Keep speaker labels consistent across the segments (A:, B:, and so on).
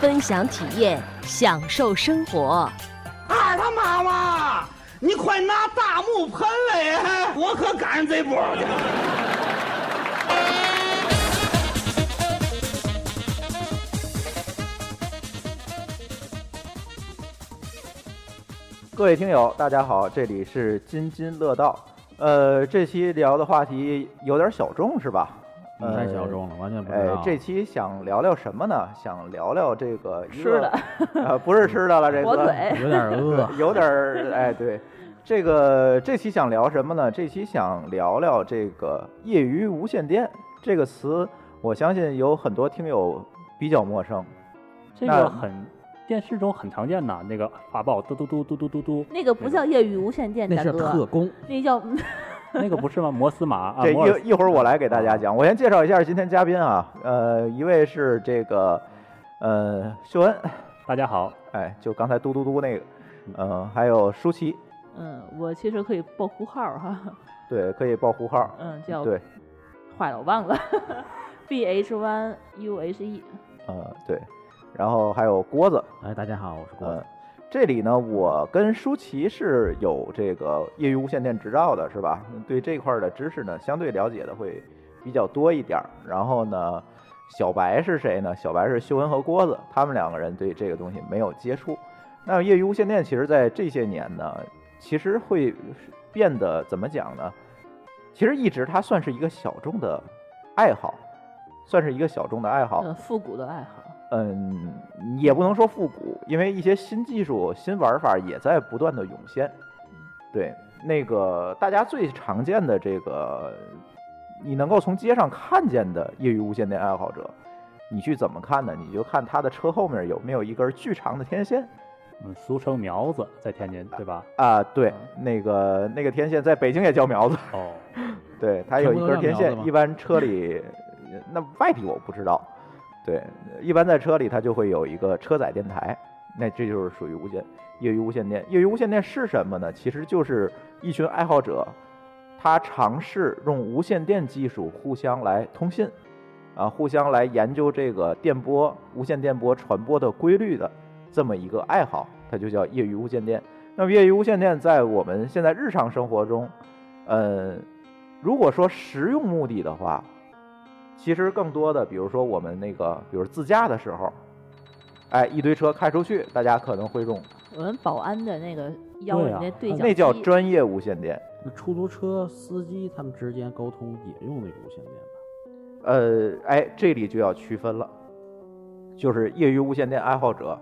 A: 分享体验，享受生活。
B: 二他妈妈，你快拿大木盆来，我可赶上这波去。
C: 各位听友，大家好，这里是津津乐道。呃，这期聊的话题有点小众是吧？呃、
D: 嗯太小。众了，完全不知
C: 哎
D: 道。，
C: 这期想聊聊什么呢？想聊聊这个一个
E: 吃的，
C: 呃，不是吃的了，这个，
E: 火腿，
D: 有点饿
C: 有点儿哎，对，这个这期想聊什么呢？这期想聊聊这个“业余无线电”这个词，我相信有很多听友比较陌生。
F: 这
C: 那
F: 个很电视中很常见的那个发报嘟嘟嘟嘟嘟嘟嘟，
E: 那个不叫业余无线电，
D: 那
E: 大
D: 是
C: 啊
D: 特
E: 哥，
D: 工，
E: 那叫
F: 那个不是吗？摩 斯码啊，
C: 这
F: 摩尔斯
C: 一一会儿我来给大家讲。我先介绍一下今天嘉宾啊，呃，一位是这个呃秀恩，
F: 大家好，
C: 哎，就刚才嘟嘟嘟那个，呃，还有舒淇，
E: 嗯，我其实可以报呼号哈，
C: 对，可以报呼号，
E: 嗯，叫
C: 对，
E: 坏了我忘了 ，B H 1 U H E，
C: 呃，对，然后还有郭子，
D: 哎，大家好，我是郭
C: 呃
D: 子，，
C: 这里呢，我跟舒淇是有这个业余无线电执照的，是吧？对这块儿的知识呢，相对了解的会比较多一点儿。然后呢，小白是谁呢？小白是秀恩和郭子，他们两个人对这个东西没有接触。那业余无线电其实在这些年呢，其实会变得怎么讲呢？其实一直它算是一个小众的爱好，算是一个小众的爱好。
E: 嗯，复古的爱好，
C: 嗯，也不能说复古，因为一些新技术、新玩法也在不断的涌现。对，那个大家最常见的这个，你能够从街上看见的业余无线电爱好者，你去怎么看呢？你就看他的车后面有没有一根巨长的天线
F: 嗯，俗称苗子，在天津对吧？
C: 啊？对，那个那个天线在北京也叫苗子，
F: 哦，
C: 对，它有一根
D: 全
C: 天
D: 部都叫苗子
C: 线，
D: 吗
C: 一般车里，呃那外地我不知道，对，一般在车里它就会有一个车载电台，那这就是属于无线业余无线电。业余无线电是什么呢？其实就是一群爱好者，他尝试用无线电技术互相来通信，啊，互相来研究这个电波、无线电波传播的规律的这么一个爱好，它就叫业余无线电。那么业余无线电在我们现在日常生活中，呃，如果说实用目的的话，其实更多的，比如说我们那个，比如自驾的时候，哎，一堆车开出去，大家可能会用，
E: 我们保安的那个腰里
F: 对啊
E: 那对讲
C: 那叫
E: 机
C: 专业无线电。
D: 那出租车司机他们之间沟通也用那个无线电吧？
C: 呃，哎，这里就要区分了，就是业余无线电爱好者，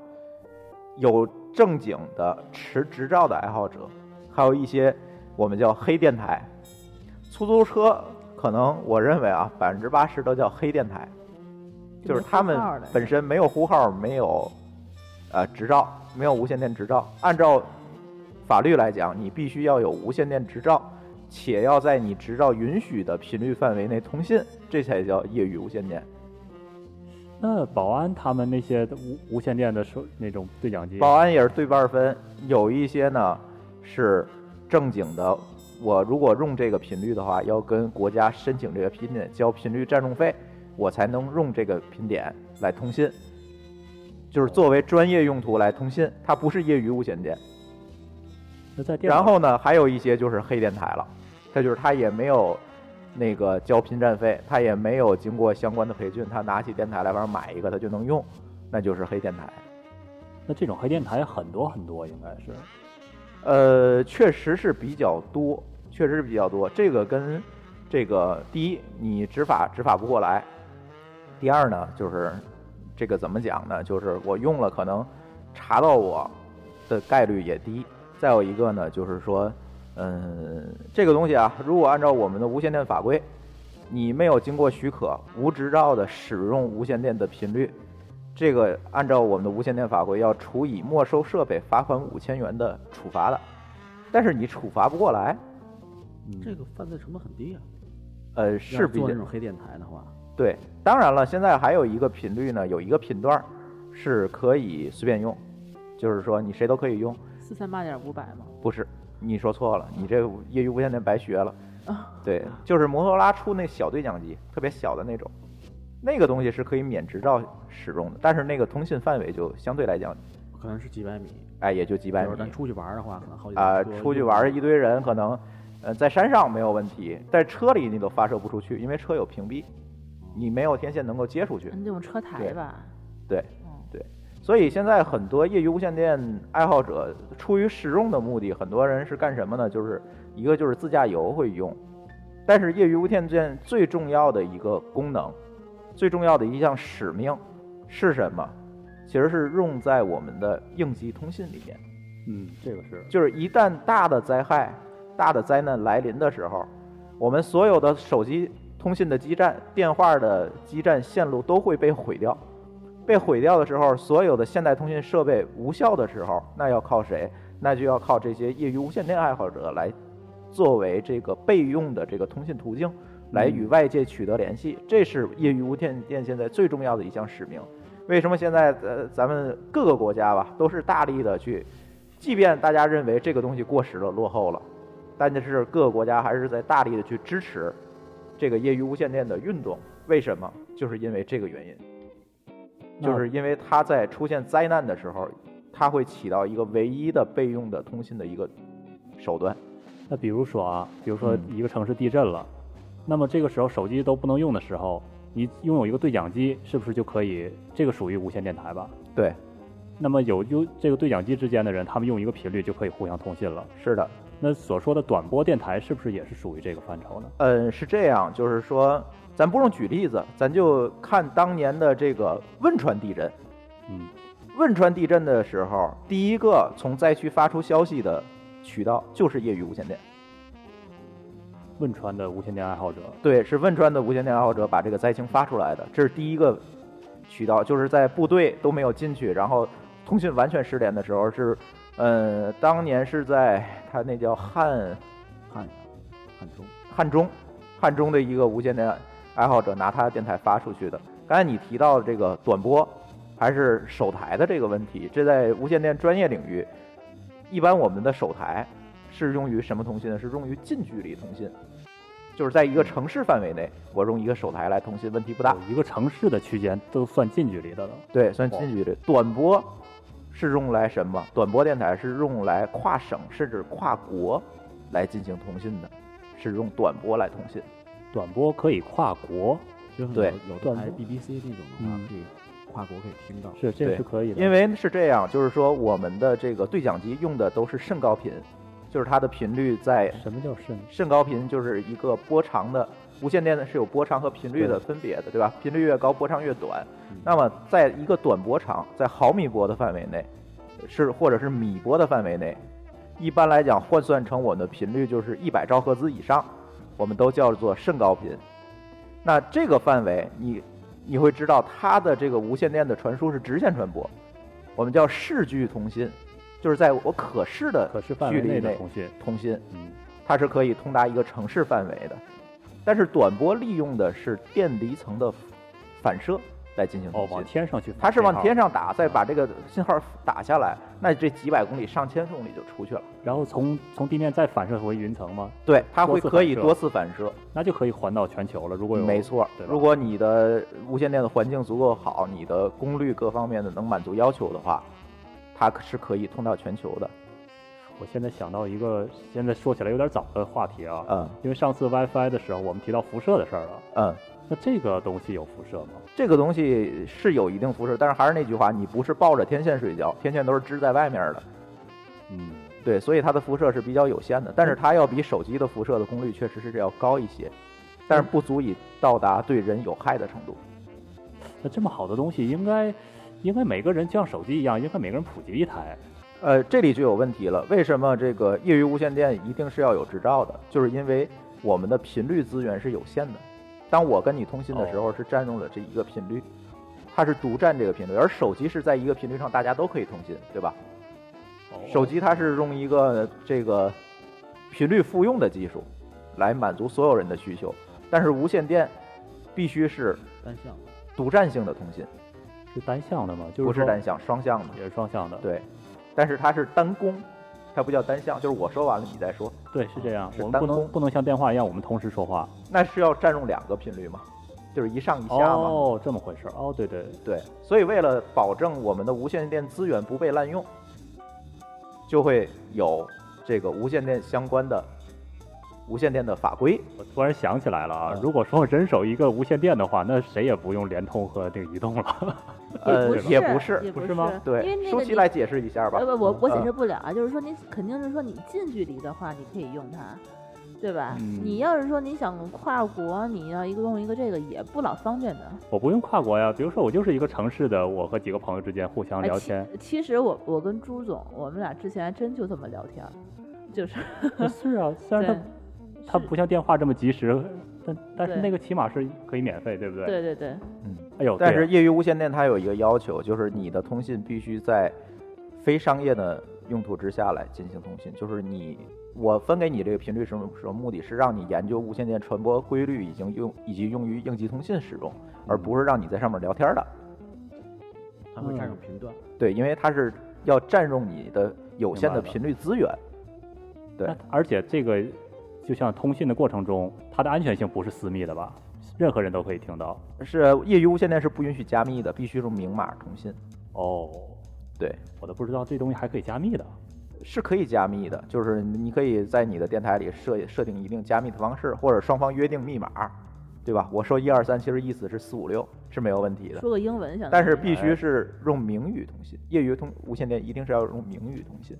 C: 有正经的持执照的爱好者，
E: 嗯
C: 还有一些我们叫黑电台，出租车可能我认为啊，百分之八十都叫黑电台，就
E: 就
C: 是
E: 没
C: 他
E: 呼
C: 们
E: 号的
C: 本身没有呼号，没有呃执照，没有无线电执照。按照法律来讲，你必须要有无线电执照，且要在你执照允许的频率范围内通信，这才叫业余无线电。
F: 那保安他们那些无无线电的手那种对讲机，
C: 保安也是对半分，有一些呢是正经的。我如果用这个频率的话，要跟国家申请这个频点，交频率占用费，我才能用这个频点来通信，就是作为专业用途来通信，它不是业余无线电。
F: 那在电脑
C: 然后呢，还有一些就是黑电台了，它就是它也没有那个交频站费，它也没有经过相关的培训，它拿起电台来往上买一个，它就能用，那就是黑电台。
F: 那这种黑电台很多很多，应该是
C: 呃，确实是比较多，确实是比较多。这个跟这个第一，你执法执法不过来；第二呢，就是这个怎么讲呢？就是我用了，可能查到我的概率也低。再有一个呢，就是说，嗯，这个东西啊，如果按照我们的无线电法规，你没有经过许可、无执照的使用无线电的频率，这个按照我们的无线电法规要处以没收设备罚款五千元的处罚的，但是你处罚不过来，
D: 这个犯罪成本很低啊。
C: 呃，
D: 要
C: 是比
D: 做
C: 较
D: 那种黑电台的话，
C: 对，当然了，现在还有一个频率呢，有一个频段儿是可以随便用，就是说你谁都可以用。
E: 四三八点五百吗？
C: 不是，你说错了，你这业余无线电白学了。
E: 啊，
C: 对，就是摩托罗拉出那小对讲机，特别小的那种，那个东西是可以免执照使用的，但是那个通信范围就相对来讲，
D: 可能是几百米，
C: 哎，也就几
D: 比
C: 百
D: 如
C: 米
D: 说。咱出去玩儿的话，可能好几
C: 啊、
D: 台车
C: 出去玩儿一堆人，可能，呃，在山上没有问题，在车里你都发射不出去，因为车有屏蔽，你没有天线能够接出去。
E: 你得用车台
C: 对
E: 吧？
C: 对，
E: 嗯，
C: 所以现在很多业余无线电爱好者出于实用的目的，很多人是干什么呢？就是一个就是自驾游会用，但是业余无线电最重要的一个功能，最重要的一项使命是什么？其实是用在我们的应急通信里面。
F: 嗯，这个是
C: 就是一旦大的灾害、大的灾难来临的时候，我们所有的手机通信的基站、电话的基站线路都会被毁掉。被毁掉的时候，所有的现代通信设备无效的时候，那要靠谁？那就要靠这些业余无线电爱好者来作为这个备用的这个通信途径，来与外界取得联系。这是业余无线电现在最重要的一项使命。为什么现在呃咱们各个国家吧都是大力的去，即便大家认为这个东西过时了、落后了，但是各个国家还是在大力的去支持这个业余无线电的运动。为什么？就是因为这个原因，
F: 那
C: 就是因为它在出现灾难的时候，它会起到一个唯一的备用的通信的一个手段。
F: 那比如说啊，比如说
C: 嗯
F: 一个城市地震了，那么这个时候手机都不能用的时候，你拥有一个对讲机，是不是就可以？这个属于无线电台吧？
C: 对，
F: 那么有有这个对讲机之间的人，他们用一个频率就可以互相通信了。
C: 是的，
F: 那所说的短波电台是不是也是属于这个范畴呢？
C: 嗯，是这样，就是说，咱不用举例子，咱就看当年的这个汶川地震。
F: 嗯，
C: 汶川地震的时候，第一个从灾区发出消息的渠道就是业余无线电。
F: 汶川的无线电爱好者，
C: 对，是汶川的无线电爱好者把这个灾情发出来的，这是第一个渠道，就是在部队都没有进去，然后通讯完全失联的时候是，呃，当年是在他那叫汉
D: 看一下，看中。
C: 汉中，汉中的一个无线电爱好者拿他的电台发出去的。刚才你提到的这个短波还是手台的这个问题，这在无线电专业领域，一般我们的手台是用于什么通信呢？是用于近距离通信，就是在一个城市范围内，我用一个手台来通信，问题不大。
F: 有一个城市的区间都算近距离的了。
C: 对，算近距离。短波是用来什么？短波电台是用来跨省甚至跨国来进行通信的，是用短波来通信。
F: 短波可以跨国，
D: 就像
C: 对
D: 有有
F: 断
D: 台
F: 路
D: BBC 那种的话
F: 嗯，
D: 可以跨国可以听到。
F: 是这
C: 对
F: 个是可以的。
C: 因为是这样，就是说我们的这个对讲机用的都是甚高频，就是它的频率在
F: 什么叫甚？
C: 甚高频就是一个波长的无线电呢是有波长和频率的分别的，对吧？频率越高，波长越短。
F: 嗯
C: 那么在一个短波长，在毫米波的范围内，是或者是米波的范围内，一般来讲换算成我们的频率就是一百兆赫兹以上，我们都叫做甚高频。那这个范围，你你会知道它的这个无线电的传输是直线传播，我们叫视距通信，就是在我可视的
F: 可视范
C: 距
F: 围
C: 离
F: 内
C: 内
F: 的通信。
C: 通信。
F: 嗯，
C: 它是可以通达一个城市范围的。但是短波利用的是电离层的反射来进行通，
F: 哦
C: 信，
F: 往天上去发信号。
C: 它是往天上打，再把这个信号打下来，那这几百公里、上千公里就出去了。
F: 然后从从地面再反射回云层吗？
C: 对，它会
F: 多次反射
C: 可以多次反射，
F: 那就可以环到全球了。如果有
C: 没，错
F: 对。吧
C: 如果你的无线电的环境足够好，你的功率各方面的能满足要求的话，它是可以通到全球的。
F: 我现在想到一个现在说起来有点早的话题啊，
C: 嗯
F: 因为上次 WiFi 的时候我们提到辐射的事儿了。
C: 嗯，
F: 那这个东西有辐射吗？
C: 这个东西是有一定辐射，但是还是那句话，你不是抱着天线睡觉，天线都是支在外面的。
F: 嗯，
C: 对，所以它的辐射是比较有限的，但是它要比手机的辐射的功率确实是要高一些，但是不足以到达对人有害的程度。
F: 那这么好的东西应该应该每个人就像手机一样，应该每个人普及一台。
C: 呃，这里就有问题了，为什么这个业余无线电一定是要有执照的？就是因为我们的频率资源是有限的，当我跟你通信的时候是占用了这一个频率，它是独占这个频率，而手机是在一个频率上大家都可以通信，对吧？
F: 哦
C: 手机它是用一个这个频率复用的技术来满足所有人的需求，但是无线电必须是
D: 单向的。
C: 独占性的通信，
F: 是单向的吗？就是
C: 不是
F: 说
C: 单，向，双向的。
F: 也是双向的。
C: 对，但是它是单攻，它不叫单向，就是我说完了你再说，
F: 对是这样。
C: 啊是
F: 我们
C: 单
F: 不能
C: 攻
F: 不能像电话一样，我们同时说话。
C: 那是要占用两个频率嘛，就是一上一下嘛。
F: 哦，这么回事儿。哦，对对，
C: 对，所以为了保证我们的无线电资源不被滥用，就会有这个无线电相关的无线电的法规。
F: 我突然想起来了啊
C: 嗯！
F: 如果说人手一个无线电的话，那谁也不用联通和这个移动了。
C: 呃，也
E: 不
C: 不是，
E: 也不
F: 不是吗
E: 因为
C: 对，
E: 那个
C: 舒淇
E: 你
C: 来解释一下吧
E: 呃。不，我我解
C: 嗯
E: 释不了啊，就是说你肯定是说你近距离的话，你可以用它，对吧？
C: 嗯
E: 你要是说你想跨国，你要一个用一个这个也不老方便的。
F: 我不用跨国呀，比如说我就是一个城市的，我和几个朋友之间互相
E: 哎，
F: 聊
E: 其
F: 天。
E: 其实我我跟朱总，我们俩之前还真就这么聊天儿，就是
F: 是 啊，虽
E: 对
F: 然它它
E: 是
F: 不像电话这么及时，但但是
E: 对
F: 那个起码是可以免费，对不对？。
E: 对对对，
F: 哎呦，
C: 但
F: 对
C: 是业余无线电它有一个要求，就是你的通信必须在非商业的用途之下来进行通信。就是你我分给你这个频率什么什么目的是让你研究无线电传播规律，已经用以及用于应急通信使用，而不是让你在上面聊天的。
F: 啊
D: 它
C: 嗯
D: 会占用频段。
C: 对，因为它是要占用你的有限的
F: 明白了
C: 频率资源。对
F: 那而且这个就像通信的过程中，它的安全性不是私密的吧？任何人都可以听到。
C: 是业余无线电是不允许加密的，必须用明码通信。
F: 哦，
C: 对，
F: 我都不知道这东西还可以加密的。
C: 是可以加密的，就是你可以在你的电台里设设定一定加密的方式，或者双方约定密码，对吧？我说一二三，其实意思是四五六是没有问题的，
E: 说个英文相当于。
C: 但是必须是用明语通信，业余通无线电一定是要用明语通信。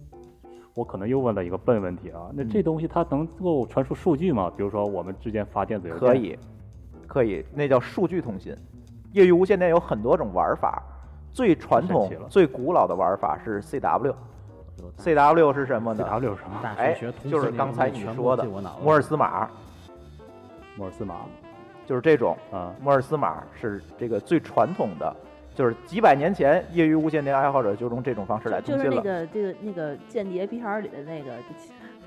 F: 我可能又问了一个笨问题啊，那
C: 嗯
F: 这东西它能够传输数据吗？比如说我们之间发电子邮件，
C: 可，以，可以，那叫数据通信。业余无线电有很多种玩法，最传
F: 神
C: 统
F: 奇了、
C: 最古老的玩法是 CW。
D: 我大
C: CW 是什么呢？
F: W 是什么？
D: 大
C: 哎
D: 学学通，信
C: 就是
D: 那
C: 刚
D: 东
C: 才
D: 西
C: 你
D: 全部
C: 说
D: 进
C: 的
D: 我脑子
C: 摩尔
D: 里
C: 斯码，
F: 摩尔斯码
C: 就是这种。
F: 啊，
C: 摩尔斯码是这个最传统的，就是几百年前业余无线电爱好者就用这种方式来
E: 就
C: 通信
E: 就是那
C: 了。
E: 个这个那个间谍片儿里的那个，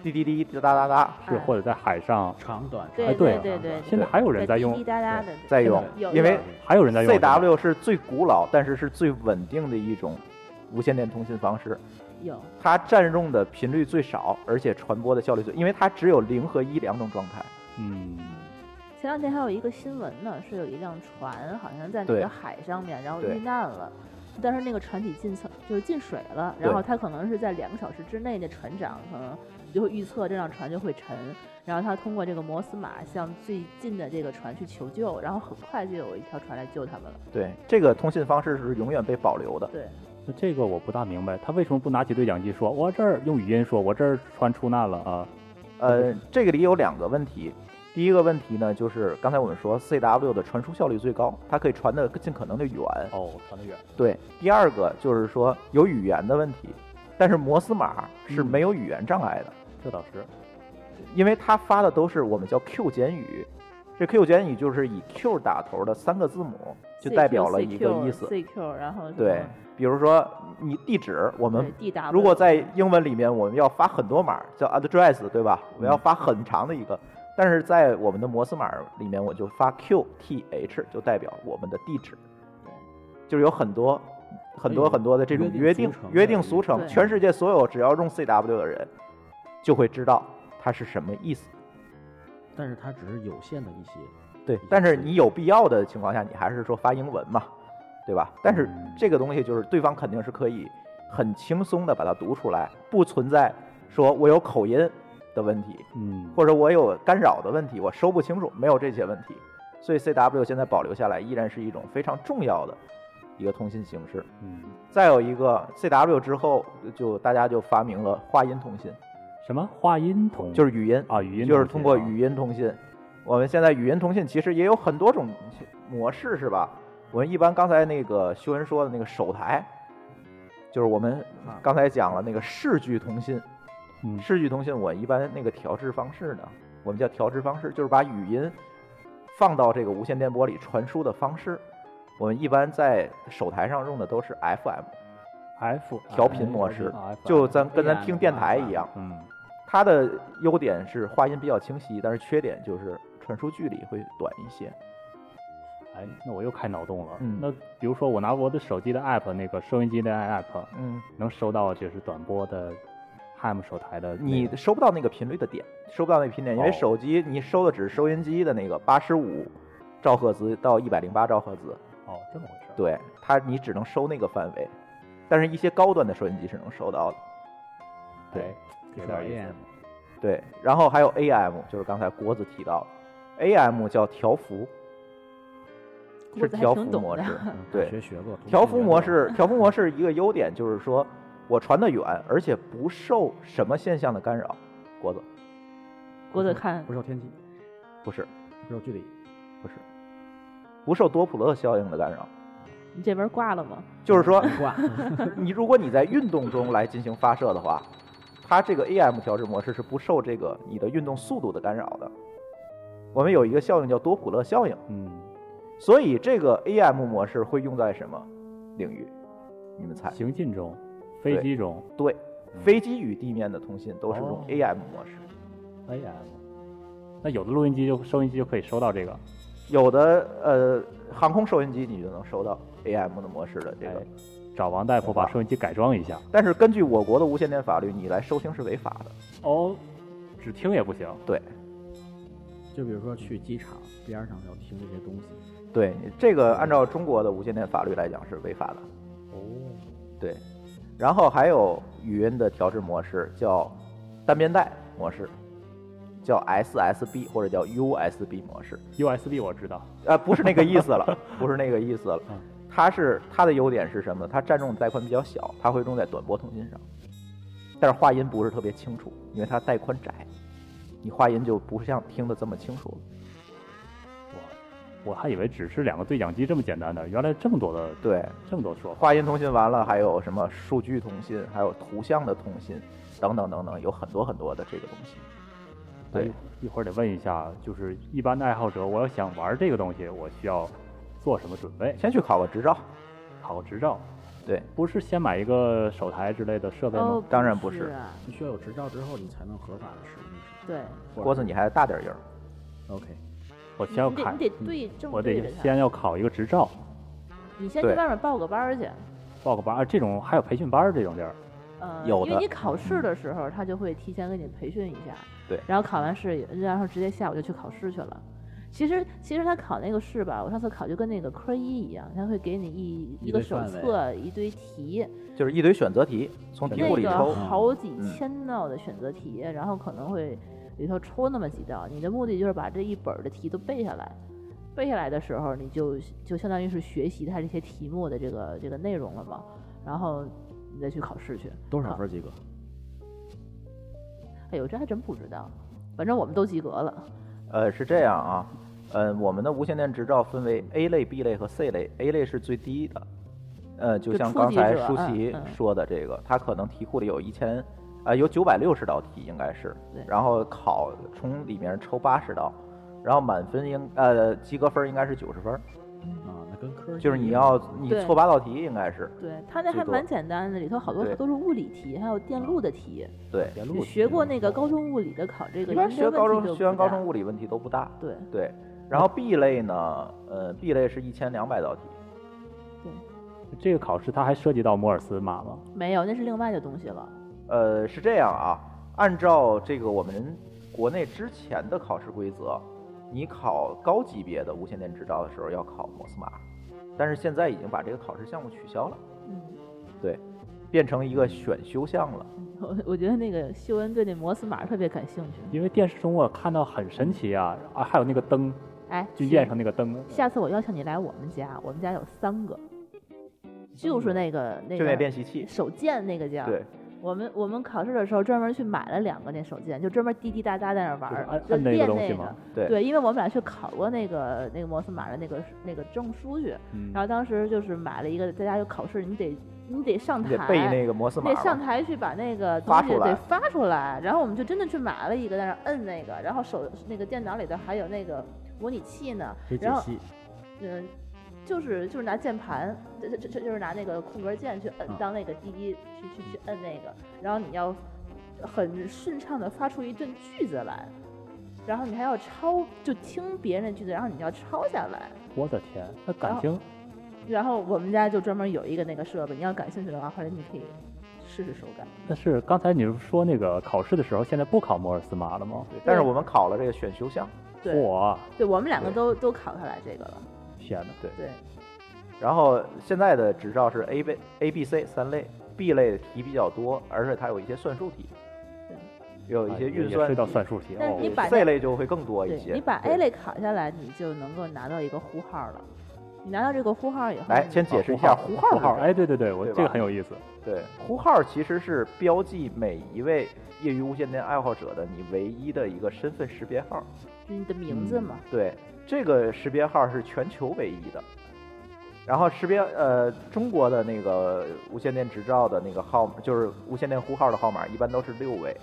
C: 滴滴滴滴答答答，
F: 是或者在海上，
D: 长短长
E: 对
F: 哎
D: 短
F: 对
E: 对对
D: 长短
E: 对，
F: 现在还有人在用
E: 滴滴答答的，
C: 再用
E: 有，有
C: 因为
F: 还有人在用
C: CW 是最古老，但是是最稳定的一种无线电通信方式。
E: 有
C: 它占用的频率最少，而且传播的效率最，因为它只有零和一两种状态。
F: 嗯，
E: 前两天还有一个新闻呢，是有一辆船好像在哪
C: 对
E: 个海上面，然后
C: 对
E: 遇难了。但是那个船体进层就是进水了，然后
C: 对
E: 他可能是在两个小时之内，那船长可能就会预测这辆船就会沉，然后他通过这个摩斯码向最近的这个船去求救，然后很快就有一条船来救他们了。
C: 对，这个通信方式是永远被保留的。
E: 对，
F: 那这个我不大明白，他为什么不拿起对讲机说，我这儿用语音说，我这儿船出难了啊？
C: 呃，这个里有两个问题。第一个问题呢，就是刚才我们说 CW 的传输效率最高，它可以传得尽可能的远。
F: 哦，传得远，
C: 对，第二个就是说有语言的问题，但是摩斯码是没有语言障碍的，
F: 这倒是，
C: 因为它发的都是我们叫 Q 简语，这 Q 简语就是以 Q 打头的三个字母就代表了一个意思。
E: CQ，然后什么
C: 对，比如说你地址，我们
E: 对 D W，
C: 如果在英文里面我们要发很多码叫 address，对吧？我要发很长的一个。但是在我们的摩斯码里面，我就发 Q T H，就代表我们的地址，就是有很多很多
D: 哎呦
C: 很多的这种约
D: 约定
C: 定
D: 俗成
C: 约定俗成，
E: 对
C: 全世界所有只要用 C W 的人就会知道它是什么意思。
D: 但是它只是有限的一些。
C: 对，但是你有必要的情况下，你还是说发英文嘛，对吧？但是这个东西就是对方肯定是可以很轻松的把它读出来，不存在说我有口音的问题，
F: 嗯，
C: 或者我有干扰的问题，我收不清楚，没有这些问题。所以 CW 现在保留下来，依然是一种非常重要的一个通信形式。
F: 嗯，
C: 再有一个 CW 之后，就大家就发明了话音通信，
F: 什么话音筒，
C: 就是语音
F: 啊，语音
C: 就是
F: 筒
C: 通过
F: 信啊
C: 语音通信。我们现在语音通信其实也有很多种模式，是吧？我们一般刚才那个修文说的那个手台，就是我们刚才讲了那个视距通信。
F: 啊嗯
C: 视距通信我一般那个调制方式呢，我们叫调制方式，就是把语音放到这个无线电波里传输的方式。我们一般在手台上用的都是 FM，
F: F
C: 调频模式
F: 啊，FM
C: 就咱跟咱听电台一样。
F: 嗯
C: 它的优点是话音比较清晰，但是缺点就是传输距离会短一些。
F: 哎，那我又开脑洞了。
C: 嗯
F: 那比如说，我拿我的手机的 app，那个收音机的 app，
C: 嗯，
F: 能收到就是短波的 ham 手台的那个。
C: 你收不到那个频率的点，收不到那个频点，因为
F: 哦
C: 手机你收的只是收音机的那个八十五兆赫兹到一百零八兆赫兹，
F: 哦，这么回事儿。
C: 对它你只能收那个范围，但是一些高端的收音机是能收到的。对
F: 哎，
D: 少
F: 有点意思
D: 验。
C: 对，然后还有 AM，就是刚才郭子提到的，AM 叫调幅，
E: 郭
C: 是
E: 子还
C: 调幅
E: 挺懂
C: 模
E: 的
C: 式
D: 嗯，
C: 对，
D: 学学过
C: 调幅模，式，调幅模式一个优点就是说，我传得远，而且不受什么现象的干扰。郭子
E: 郭子看
D: 不受天气，
C: 不是，
D: 不受距离，
C: 不是，不受多普勒效应的干扰。
E: 你这门挂了吗？
C: 就是说，
D: 挂
C: 你如果你在运动中来进行发射的话，它这个 AM 调制模式是不受这个你的运动速度的干扰的。我们有一个效应叫多普勒效应，
F: 嗯，
C: 所以这个 AM 模式会用在什么领域？你们猜？
F: 行进中，飞
C: 哎对
F: 机中
C: 对，
F: 嗯
C: 飞机与地面的通信都是用
F: 哦
C: AM 模式。
F: ，AM。那有的录音机就收音机就可以收到这个。
C: 有的呃，航空收音机你就能收到 AM 的模式的这个
F: 哎，找王大夫把收音机改装一下。
C: 但是根据我国的无线电法律，你来收听是违法的。
F: 哦，只听也不行。
C: 对，
D: 就比如说去机场边上要听这些东西，
C: 对，这个按照中国的无线电法律来讲是违法的。
F: 哦，
C: 对，然后还有语音的调制模式叫单边带模式，叫 SSB 或者叫 USB 模式。
F: USB 我知道，
C: 呃，不是那个意思了，不是那个意思了
F: 嗯。
C: 它是它的优点是什么？它占用带宽比较小，它会用在短波通信上，但是话音不是特别清楚，因为它带宽窄，你话音就不像听得这么清楚了。
F: 我还以为只是两个对讲机这么简单的，原来这么多的，
C: 对，
F: 这么多说法。
C: 话音通信完了，还有什么数据通信，还有图像的通信，等等等等，有很多很多的这个东西。对，
F: 一会儿得问一下，就是一般的爱好者，我要想玩这个东西，我需要做什么准备？
C: 先去考个执照。
F: 考个执照，
C: 对，
F: 不是先买一个手台之类的设备吗？
E: 哦，
C: 当然不是
E: 是啊，
D: 你需要有执照之后，你才能合法的使用是
E: 对，
D: 吧。
C: 郭子，你还大点音儿。
D: OK，
F: 我
E: 你
F: 先要
E: 嗯你得
F: 看嗯
E: 你，得对正
F: 我
E: 对啊
F: 得
E: 着它，
F: 先要考一个执照，
E: 你先去
C: 对
E: 外面报个班儿去。
F: 报个班儿，这种还有培训班儿这种地儿，
E: 呃，
C: 有
E: 因
C: 的
E: 为你考试的时候，他就会提前给你培训一下，
C: 对
E: 然后考完试，然后直接下午就去考试去了。其实，其实他考那个试吧，我上次考就跟那个科一一样，他会给你一
D: 一
E: 一个
D: 堆
E: 手
D: 范围
E: 册，一堆题，
C: 就是一堆选择题，从题
E: 那
C: 库里
E: 个
C: 抽。
E: 好几
C: 嗯
E: 千道的选择题，然后可能会里头抽那么几道，你的目的就是把这一本儿的题都背下来。背下来的时候，你就就相当于是学习它这些题目的这个这个内容了嘛，然后你再去考试去。
D: 多少分及格？
E: 哎呦，这还真不知道。反正我们都及格了。
C: 呃，是这样啊，呃，我们的无线电执照分为 A 类、B 类和 C 类。A 类是最低的，呃，就
E: 就
C: 像
E: 初
C: 刚
E: 级
C: 才
E: 者
C: 舒
E: 嗯
C: 淇
E: 嗯
C: 说的这个，它可能题库里有一千，呃，有九百六十道题应该是
E: 对，
C: 然后考从里面抽八十道，然后满分应呃及格分应该是九十分，
D: 啊，那跟科
C: 就是你要你
E: 对
C: 错八道题应该是
E: 对他那还
C: 最多
E: 蛮简单的，里头好多
C: 对啊
E: 都是物理题，还有电路的题。
C: 对，
D: 别
E: 就
D: 录
E: 学过那个高中物理的考这个，
C: 啊一般
E: 应
C: 学
E: 该
C: 高
E: 问
C: 中
E: 题就
C: 学完
E: 不
C: 高
E: 大
C: 中物理问题都不大，
E: 对
C: 对。然后 B 类呢，呃，B 类是一千两百道题，
F: 这个考试它还涉及到摩尔斯码吗？
E: 没有，那是另外的东西了。
C: 呃，是这样啊，按照这个我们国内之前的考试规则，你考高级别的无线电执照的时候要考摩斯码，但是现在已经把这个考试项目取消了，
E: 嗯，
C: 对，变成一个选修项了。
E: 我 我觉得那个秀恩对那摩斯码特别感兴趣。
F: 因为电视中我看到很神奇啊，啊，还有那个灯，
E: 哎，
F: 就
E: 行
F: 验上那个灯，
E: 下次我邀请你来我们家，我们家有三个，就是那个那
C: 就那
E: 个啊
C: 练习器，
E: 手贱那个叫。
C: 对，
E: 我们我们考试的时候专门去买了两个那手贱，就专门滴滴答答在那儿玩
F: 就是
E: 儿
F: 按，
E: 就
F: 按那个
E: 练
F: 东西
E: 那
F: 吗
E: 个。
C: 对
E: 对，因为我们俩去考过那个那个摩斯码的那个那个证书去，
F: 嗯
E: 然后当时就是买了一个，在家有考试，你得你得上
C: 你
E: 台
C: 得背那个摩斯
E: 你
C: 码
E: 得上
C: 嘛。
E: 台去把那个东
C: 发
E: 西
C: 出来
E: 得发出来，然后我们就真的去买了一个，在那儿摁那个，然后手那个电脑里头还有那个模拟器呢，
D: 可以解
E: 然后
D: 析，
E: 嗯，就是就是拿键盘，这这这就是拿那个空格键去摁
C: 嗯
D: 啊，
E: 当那个滴滴去去去摁那个，然后你要很顺畅的发出一段句子来，然后你还要抄，就听别人的句子，然后你要抄下来。
F: 我的天，那感
E: 哦
F: 情
E: 然后我们家就专门有一个那个设备，你要感兴趣的话，后来你可以试试手感。
F: 那是刚才你是说那个考试的时候，现在不考摩尔斯码了吗？
C: 对但是我们考了这个选修项，
E: 对，
F: 哇，
E: 对我们两个都都考下来这个了。
F: 天哪！
C: 对。
E: 对，
C: 然后现在的执照是 A B A B C 三类，B 类的题比较多，而且它有一些算术题，有一些运
F: 啊哎也
C: 算
F: 是道
C: 题
F: 算术题
E: 但是
F: 哦
E: 你。把那
C: ，C 类就会更多一
E: 对
C: 些。
E: 你把
C: 对
E: A 类考下来，你就能够拿到一个呼号了。你拿到这个呼号以后，
C: 来
E: 你
C: 先解释一下啊呼
F: 呼号，
C: 号
F: 呼
C: 是
F: 号，
C: 什么
F: 哎，对对对，我
C: 对吧
F: 这个很有意思。
C: 对，呼号其实是标记每一位业余无线电爱好者的你唯一的一个身份识别号。
E: 就你的名字嘛，
C: 对，这个识别号是全球唯一的。然后识别呃，中国的那个无线电执照的那个号，就是无线电呼号的号码，一般都是六位。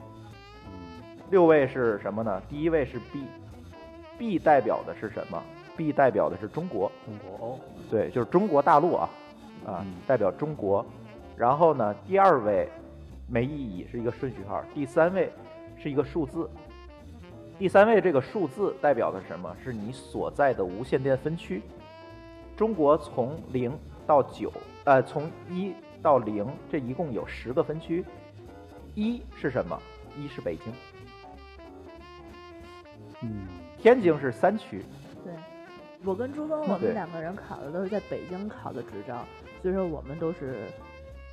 C: 六位是什么呢？第一位是 B，B 代表的是什么？B 代表的是中国，
F: 中国哦，
C: 对，就是中国大陆啊，啊
F: 嗯，
C: 代表中国。然后呢，第二位没意义，是一个顺序号。第三位是一个数字，第三位这个数字代表的是什么？是你所在的无线电分区。中国从零到九，呃，从一到零，这一共有十个分区。一是什么？一是北京，
F: 嗯，
C: 天津是三区。
E: 对。我跟朱峰，我
C: 嗯对
E: 们两个人考的都是在北京考的执照，所以说我们都是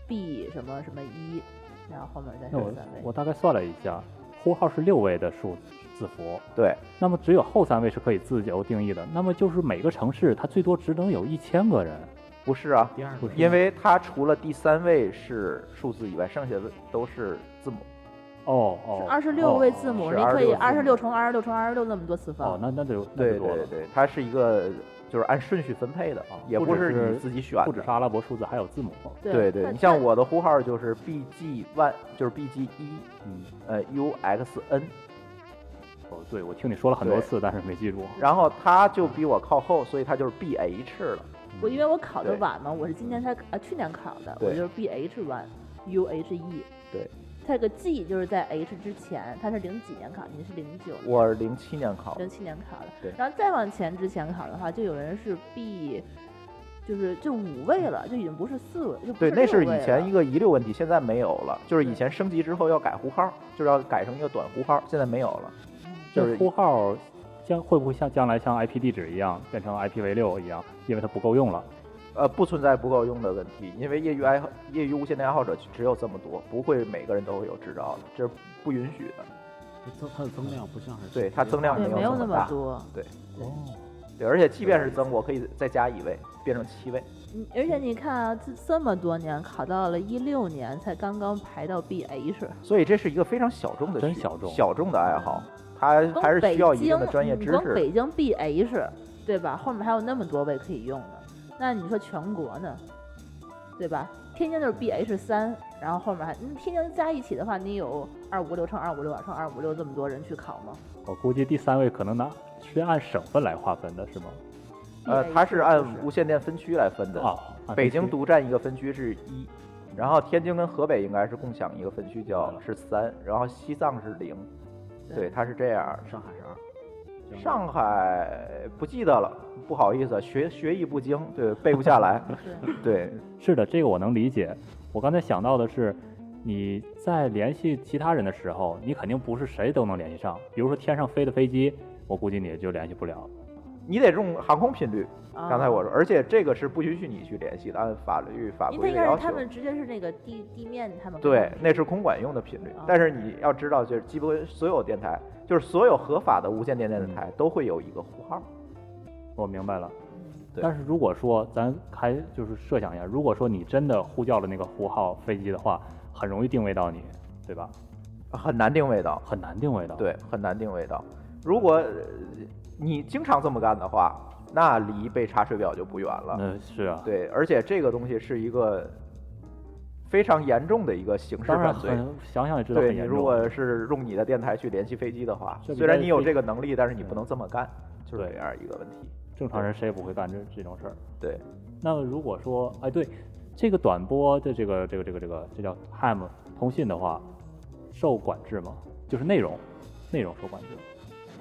E: B 什么什么一，然后后面再
F: 那
E: 是
F: 我
E: 三
F: 我哦
E: 位。
F: 大概算了一下，呼号是六位的数字符，
C: 对，
F: 那么只有后三位是可以自由定义的。那么就是每个城市它最多只能有一千个人。
C: 不是啊，
D: 第二
F: 不
D: 个
F: 是
C: 因为它除了第三位是数字以外，剩下的都是字母。
F: 哦哦，
E: 二十六位字
F: 哦
E: 母，
C: 是
E: 你可以
C: 26
E: 二十六乘二十六乘二十六那么多次方。
F: 哦，那那就那
C: 对
F: 就多
C: 对
F: 了。
C: 对，它是一个就是按顺序分配的
F: 啊，
C: 也
F: 不
C: 不
F: 只
C: 是
F: 是
C: 你自己选
F: 不只是
C: 的。
F: 阿拉伯数字，还有字母。
C: 对
E: 那
C: 对，你像，我的呼号就是 B G one，就是 B G 一，
F: 嗯，
C: 呃 U X N，
F: 哦，对，我听你说了很多
C: 对
F: 次，但是没 记住。
C: 然后它就比我靠后，所以它就是 B H 了。
E: 那我因为我考的
C: 对
E: 晚嘛，我是今年才啊去年考的，我
C: 对
E: 就是 B H one U H E。
C: 对，
E: 它这个 G 就是在 H 之前，它是零几年考的，你是零九年
C: 我零七年考的
E: 零，七年考的
C: 对，
E: 然后再往前之前考的话，就有人是 B，就是就五位了，就已经不是四位，就不
C: 对，那
E: 是
C: 是
E: 六位
C: 以前一
E: 了
C: 个遗留问题，现在没有了。就是以
E: 对
C: 前升级之后要改呼号，就是要改成一个短呼号，现在没有了。
E: 嗯
C: 就是
F: 这呼号将会不会像将来像 IP 地址一样变成 IPv 六一样，因为它不够用了。
C: 呃，不存在不够用的问题，因为业余爱好、业余无线电爱好者只有这么多，不会每个人都会有执照的，这是不允许的。
D: 增它的增量不像是
C: 对它增量
E: 对，
C: 没
E: 没
C: 有
E: 有
C: 那
E: 那
C: 么
E: 么
C: 大
E: 多。
C: 对，而且即便是增，我可以再加一位，变成七位。
E: 嗯而且你看啊，这这么多年考到了一六年才刚刚排到 B H，
C: 所以这是一个非常小众的
F: 真
C: 需
F: 小众
C: 小众的爱好，它
E: 光
C: 还是
E: 北
C: 需要一
E: 京嗯
C: 定的专业知
E: 你光
C: 识。
E: 北京 B H，对吧？后面还有那么多位可以用呢。那你说全国呢？对吧？天津就是 B H 三，然后后面还，嗯天津加一起的话，你有二五六乘二五六啊乘二五六这么多人去考吗？
F: 我估计第三位可能拿是按省份来划分的，是吗？
C: 呃，它是
E: BH
C: 按
E: 就是
C: 无线电分区来分的，
F: 啊，按
C: 北
F: 分
C: 京
F: 区
C: 独占一个分区是一，然后天津跟河北应该是共享一个分区叫是三，然后西藏是零，对，它是这样。
D: 上海是二。江苏
C: 上海不记得了，不好意思，啊学学艺不精，对，背不下来。
E: 对
C: 对，
F: 是的，这个我能理解。我刚才想到的是，你在联系其他人的时候，你肯定不是谁都能联系上。比如说天上飞的飞机，我估计你就联系不了。
C: 你得用航空频率。
E: 啊
C: 刚才我说，而且这这个是不允许你去联系的，按法律法
E: 因为
C: 规
E: 应
C: 的
E: 该
C: 要
E: 是
C: 求
E: 他。们直接是那个地地面他们
C: 对，那是空管用的频率
E: 啊，
C: 但是你要知道，就是基本所有电台，就是所有合法的无线电电台都会有一个呼号。
F: 我明白了。
C: 对
F: 但是如果说咱还就是设想一下，如果说你真的呼叫了那个呼号飞机的话，很容易定位到你，对吧？
C: 很难定位到，
F: 很难定位到。，
C: 对，很难定位到。如果呃你经常这么干的话，那离被查水表就不远了。
F: 那是啊。
C: 对，而且这个东西是一个非常严重的一个刑事
F: 当然
C: 犯罪。
F: 很想想也知道
C: 对
F: 很
C: 你
F: 严
C: 如
F: 重。
C: 果是用你的电台去联系飞机的话
F: 这，比
C: 虽然
F: 在
C: 你有
F: 飞
C: 这个能力，但是你不能这么干，就是
F: 对
C: 这样一个问题。
F: 正常人谁也不会干这这种事儿。
C: 对，
F: 那如果说，哎，对，这个短波的这个这个这个这个这叫 ham 通信的话，受管制吗？就是内容，内容受管制。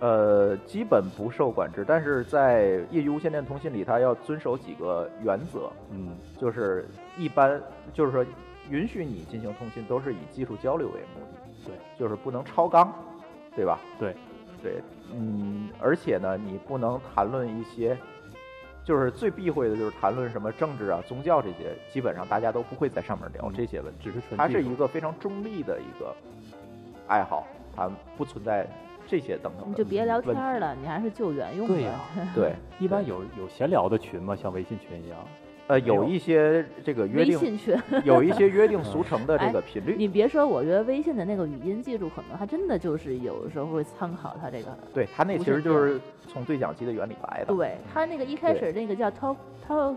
C: 呃，基本不受管制，但是在业余无线电通信里，它要遵守几个原则，
F: 嗯
C: 就是一般就是说允许你进行通信都是以技术交流为目的，
F: 对，
C: 就是不能超纲，对吧？
F: 对，
C: 对，嗯，而且呢，你不能谈论一些，就是最避讳的就是谈论什么政治啊、宗教这些，基本上大家都不会在上面聊
F: 嗯
C: 这些问题，
F: 只是纯
C: 它
F: 技
C: 是
F: 术
C: 一个非常中立的一个爱好，它不存在这些等等
E: 你
C: 的
E: 就别聊
C: 问
E: 天儿了，你还是救援用
F: 对
E: 吧
F: 呀、
C: 对，啊
F: 一般有有闲聊的群吗？像微信群一样？
C: 呃，
F: 没有
C: 有一些这个约
E: 微
C: 定，
E: 信 哎群，
C: 有一些约定 俗成的这个频率，
E: 你别说，我觉得微信的那个语音技术可能还真的就是有时候会参考它这个。
C: 对它那
E: 无
C: 其实
E: 线
C: 就是从对讲机的原理来的。
E: 对，它那个一开
C: 对
E: 始那个叫 Talk Talk，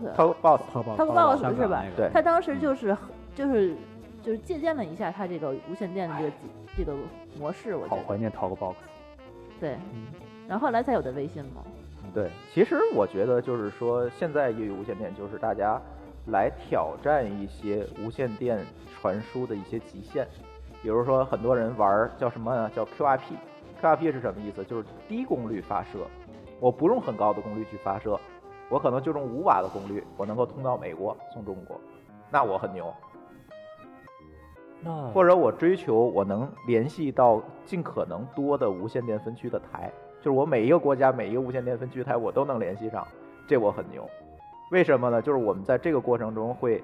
C: Talk Boss，
D: 淘宝
E: Talk
D: 淘宝
E: Boss
D: 香
E: 是
D: 港
E: 吧
D: 那个
C: 对
E: 它当时就是就是就是借鉴了一下它这个无线电的这个这个模式，我觉
F: 好怀
E: 得
F: 念 Talkbox。
E: 对
D: 嗯。
E: 然后后来才有的微信嘛。
C: 对，其实我觉得就是说，现在业余无线电就是大家来挑战一些无线电传输的一些极限，比如说很多人玩儿叫什么呢？叫 QRP。QRP 是什么意思？就是低功率发射，我不用很高的功率去发射，我可能就用五瓦的功率，我能够通到美国，送中国，那我很牛。
F: 那
C: 或者我追求我能联系到尽可能多的无线电分区的台，就是我每一个国家每一个无线电分区台我都能联系上，这我很牛。为什么呢？就是我们在这个过程中会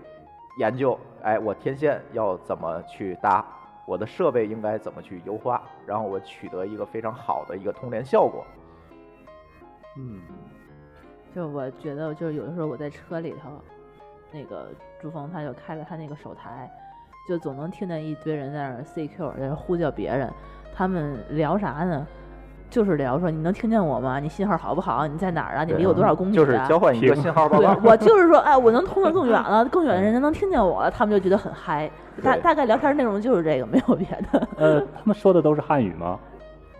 C: 研究，哎，我天线要怎么去搭，我的设备应该怎么去优化，然后我取得一个非常好的一个通联效果。
F: 嗯，
E: 就我觉得，就是有的时候我在车里头，那个朱峰他就开了他那个手台，就总能听见一堆人在那儿 CQ，在那儿呼叫别人，他们聊啥呢？就是聊说你能听见我吗？你信号好不好？你在哪儿啊？你
C: 对嗯
E: 离我多少公里、啊？
C: 就是交换一个信号报
E: 对
C: 告，。
E: 我就是说，哎，我能通得更远了，更远的人家能听见我了，他们就觉得很嗨。大
C: 对
E: 大概聊天内容就是这个，没有别的。
F: 呃，他们说的都是汉语吗？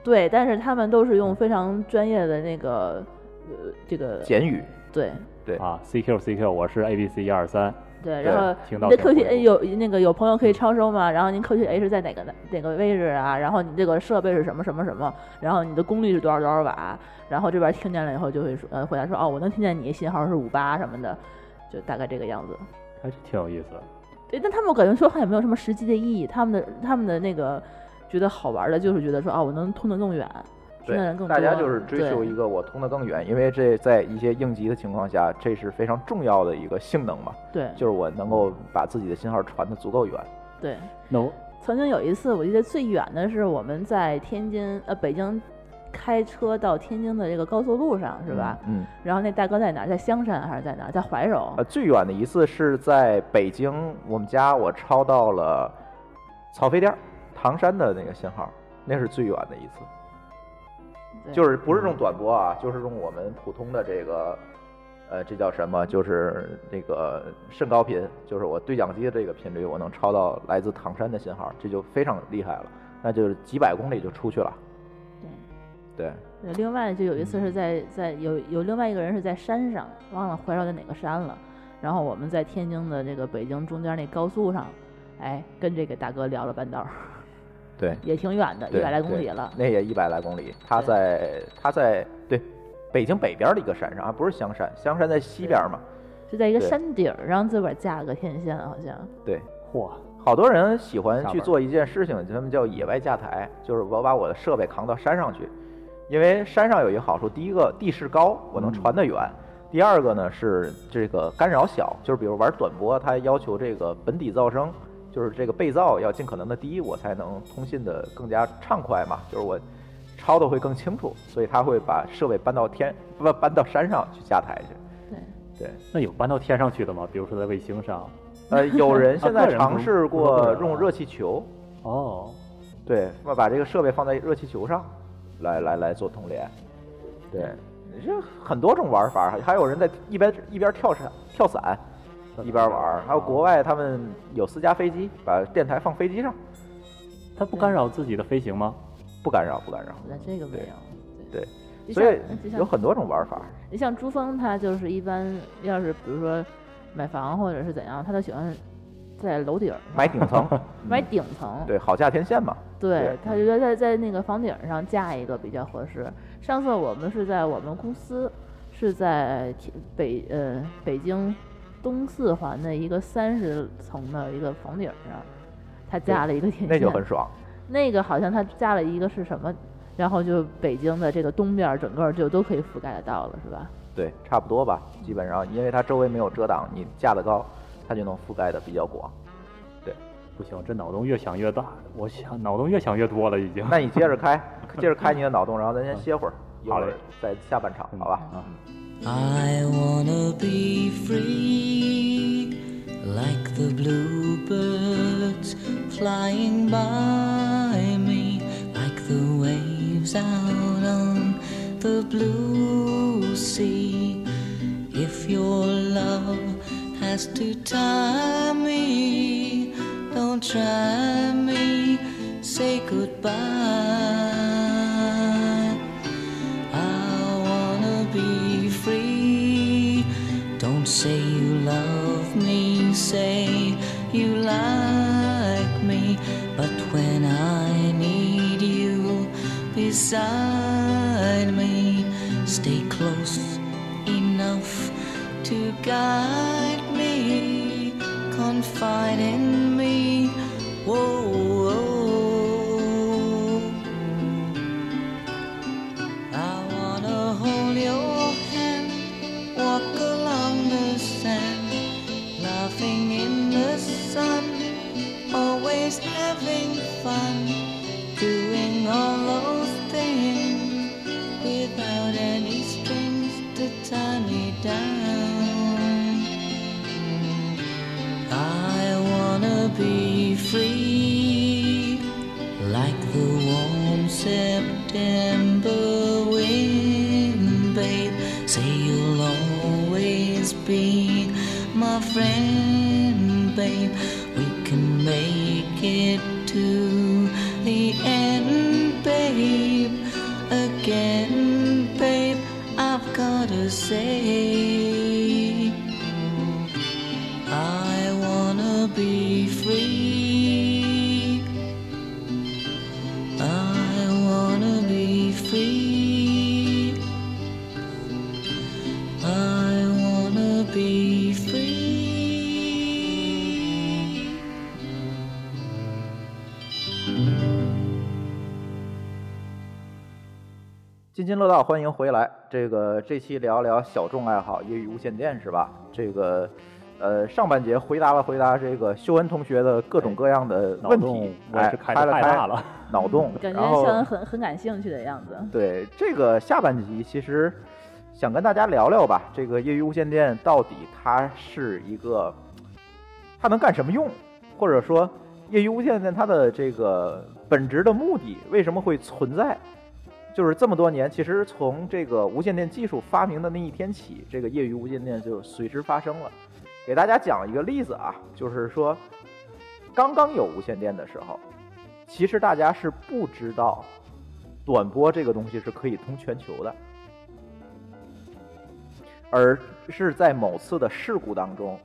E: 对，但是他们都是用非常专业的那个，呃，这个
C: 简语，
E: 对
C: 对
F: 啊，CQ CQ，我是 A B C 一二三。
E: 对，
C: 对
E: 然后
F: 听
E: 你
F: 到
E: 的
F: 全
E: QTA
F: 回
E: 有那个有朋友可以超收吗？然后您 QTA 是在哪个哪个位置啊？然后你这个设备是什么什么什么？然后你的功率是多少多少瓦？然后这边听见了以后就会说，呃，回答说，哦，我能听见你信号是五八什么的，就大概这个样子。
F: 还是挺有意思的。
E: 对，但他们感觉说话也没有什么实际的意义，他们的他们的那个觉得好玩的，就是觉得说啊，我能通得更远，听的人更多，
C: 大家就是追求
E: 对
C: 一个我通得更远，因为这在一些应急的情况下，这是非常重要的一个性能嘛。
E: 对
C: 就是我能够把自己的信号传得足够远。
E: 对。
F: 那我
E: 曾经有一次，我记得最远的是我们在天津呃北京开车到天津的这个高速路上，是吧？哦
C: 嗯，
E: 然后那大哥在哪儿？在香山还是在哪儿？在怀柔
C: 呃，。最远的一次是在北京，我们家我抄到了草飞店儿唐山的那个信号，那是最远的一次，
E: 对
C: 就是不是用短波啊，就是用我们普通的这个。呃，这叫什么？就是这个甚高频，就是我对讲机的这个频率，我能抄到来自唐山的信号，这就非常厉害了。那就是几百公里就出去了。对，
E: 对，另外就有一次是
C: 嗯
E: 在在有有另外一个人是在山上，忘了怀柔在哪个山了。然后我们在天津的这个北京中间那高速上，哎，跟这个大哥聊了半道儿，
C: 对对，
E: 也挺远的，一
C: 对
E: 百来公
C: 对
E: 里了。
C: 那也一百来公里。他
E: 对
C: 在他在对北京北边儿的一个山上，啊，不是香山，香山在西边儿嘛。
E: 是在一个
C: 对
E: 山顶儿，然后自个儿架个天线，好像。
C: 对，
F: 嚯，
C: 好多人喜欢
F: 下
C: 去
F: 班儿
C: 做一件事情，他们叫野外架台，就是我把我的设备扛到山上去，因为山上有一个好处，第一个地势高，我能传得远。第二个呢是这个干扰小，就是比如玩短波，它要求这个本底噪声，就是这个背噪要尽可能的低，我才能通信的更加畅快嘛，就是我抄的会更清楚，所以它会把设备搬到天不搬到山上去架台去。
E: 对，
C: 对，
F: 那有搬到天上去的吗？比如说在卫星上？
C: 呃，有人
F: 啊
C: 现
F: 个
C: 在
F: 人
C: 尝
F: 不
C: 试
F: 不说个
C: 过
F: 人
C: 用
F: 啊
C: 热气球，
F: 哦，
C: 对，把把这个设备放在热气球上，来来来做通联。对，这很多种玩法，还有人在一边一边跳伞跳伞，一边玩。还有国外他们有私家飞机，把电台放飞机上，
F: 它不干扰自己的飞行吗？
C: 不干扰不干扰。
E: 那这个没有。
C: 对，
E: 就
C: 所以
E: 像嗯就像
C: 有很多种玩法。
E: 你像珠峰，他就是一般要是比如说买房或者是怎样，他都喜欢在楼顶儿上
C: 买顶层，
E: 买顶层。
C: 嗯对，好价天线嘛。对嗯
E: 对，他觉得在在那个房顶儿上架一个比较合适。上次我们是在我们公司是在铁北呃北京东四环的一个三十层的一个房顶儿上，他架了一个天线，
C: 那就很爽。
E: 那个好像他架了一个是什么，然后就北京的这个东边儿整个儿就都可以覆盖得到了，是吧？
C: 对，差不多吧，基本上，因为它周围没有遮挡，你架得高，它就能覆盖的比较广。
F: 不行，这脑洞越想越大，我想脑洞越想越多了已经。
C: 那你接着开，接着开你的脑洞，然后咱
F: 嗯
C: 先歇会儿，一会
F: 好嘞
C: 儿再下半
F: 嗯
C: 场，好吧？
F: 啊
G: I wanna be free, like the bluebirds flying by me, like the waves out on the blue sea. If your love has to tie me, don't try me, say goodbye. I wanna be free. Don't say you love me, say you like me. But when I need you beside me, stay close enough to guide me, confide in me. Whoa. whoa. I wanna hold your hand, walk along the sand, laughing in the sun, always having fun, doing all those things without any strings to tie me down. I wanna be free like the warm September wind, babe. Say you'll always be my friend, babe. We can make it to the end, babe. Again, babe, I've gotta say. I wanna be free. I wanna be free. I wanna be free.
C: 津津乐道，欢迎回来。这个这期聊聊小众爱好，业余无线电是吧？这个，呃，上半节回答了回答这个修恩同学的各种各样的
F: 哎脑
C: 问
F: 洞
C: 题，
F: 我
C: 哎，
F: 是
C: 开
F: 开的
C: 了
F: 太大
C: 开
F: 了，
C: 脑洞，
E: 感觉
C: 然后
E: 肖恩很很感兴趣的样子。
C: 对这个下半集，其实想跟大家聊聊吧，这个业余无线电到底它是一个，它能干什么用？或者说，业余无线电它的这个本质的目的为什么会存在？就是这么多年，其实从这个无线电技术发明的那一天起，这个业余无线电就随之发生了。给大家讲一个例子啊，就是说，刚刚有无线电的时候，其实大家是不知道短波这个东西是可以通全球的，而是在某次的事故当中，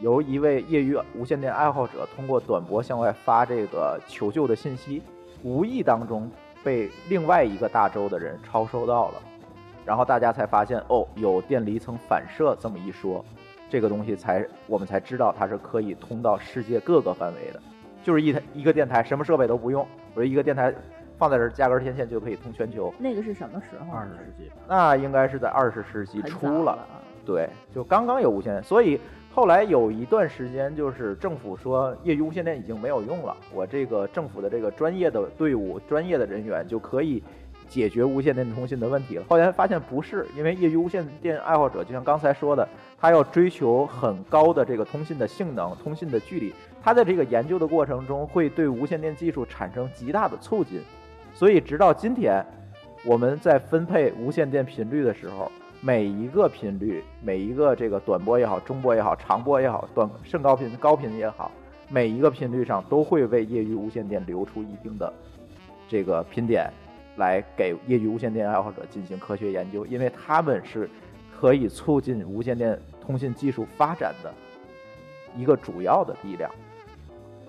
C: 由一位业余无线电爱好者通过短波向外发这个求救的信息，无意当中被另外一个大洲的人超收到了，然后大家才发现哦，有电离层反射这么一说，这个东西才我们才知道它是可以通到世界各个范围的。就是一台一个电台，什么设备都不用，我这一个电台放在这儿压根儿天线就可以通全球。
E: 那个是什么时候？
D: 二十世纪吧，
C: 那应该是在二十世纪
E: 很早
C: 初
E: 了
C: 了，
E: 啊。
C: 对，就刚刚有无线电，所以后来有一段时间，就是政府说业余无线电已经没有用了，我这个政府的这个专业的队伍、专业的人员就可以解决无线电通信的问题了。后来发现不是，因为业余无线电爱好者就像刚才说的，他要追求很高的这个通信的性能、通信的距离，他在这个研究的过程中会对无线电技术产生极大的促进，所以直到今天，我们在分配无线电频率的时候，每一个频率，每一个这个短波也好、中波也好、长波也好、短甚高频、高频也好，每一个频率上都会为业余无线电留出一定的这个频点，来给业余无线电爱好者进行科学研究，因为他们是可以促进无线电通信技术发展的一个主要的力量。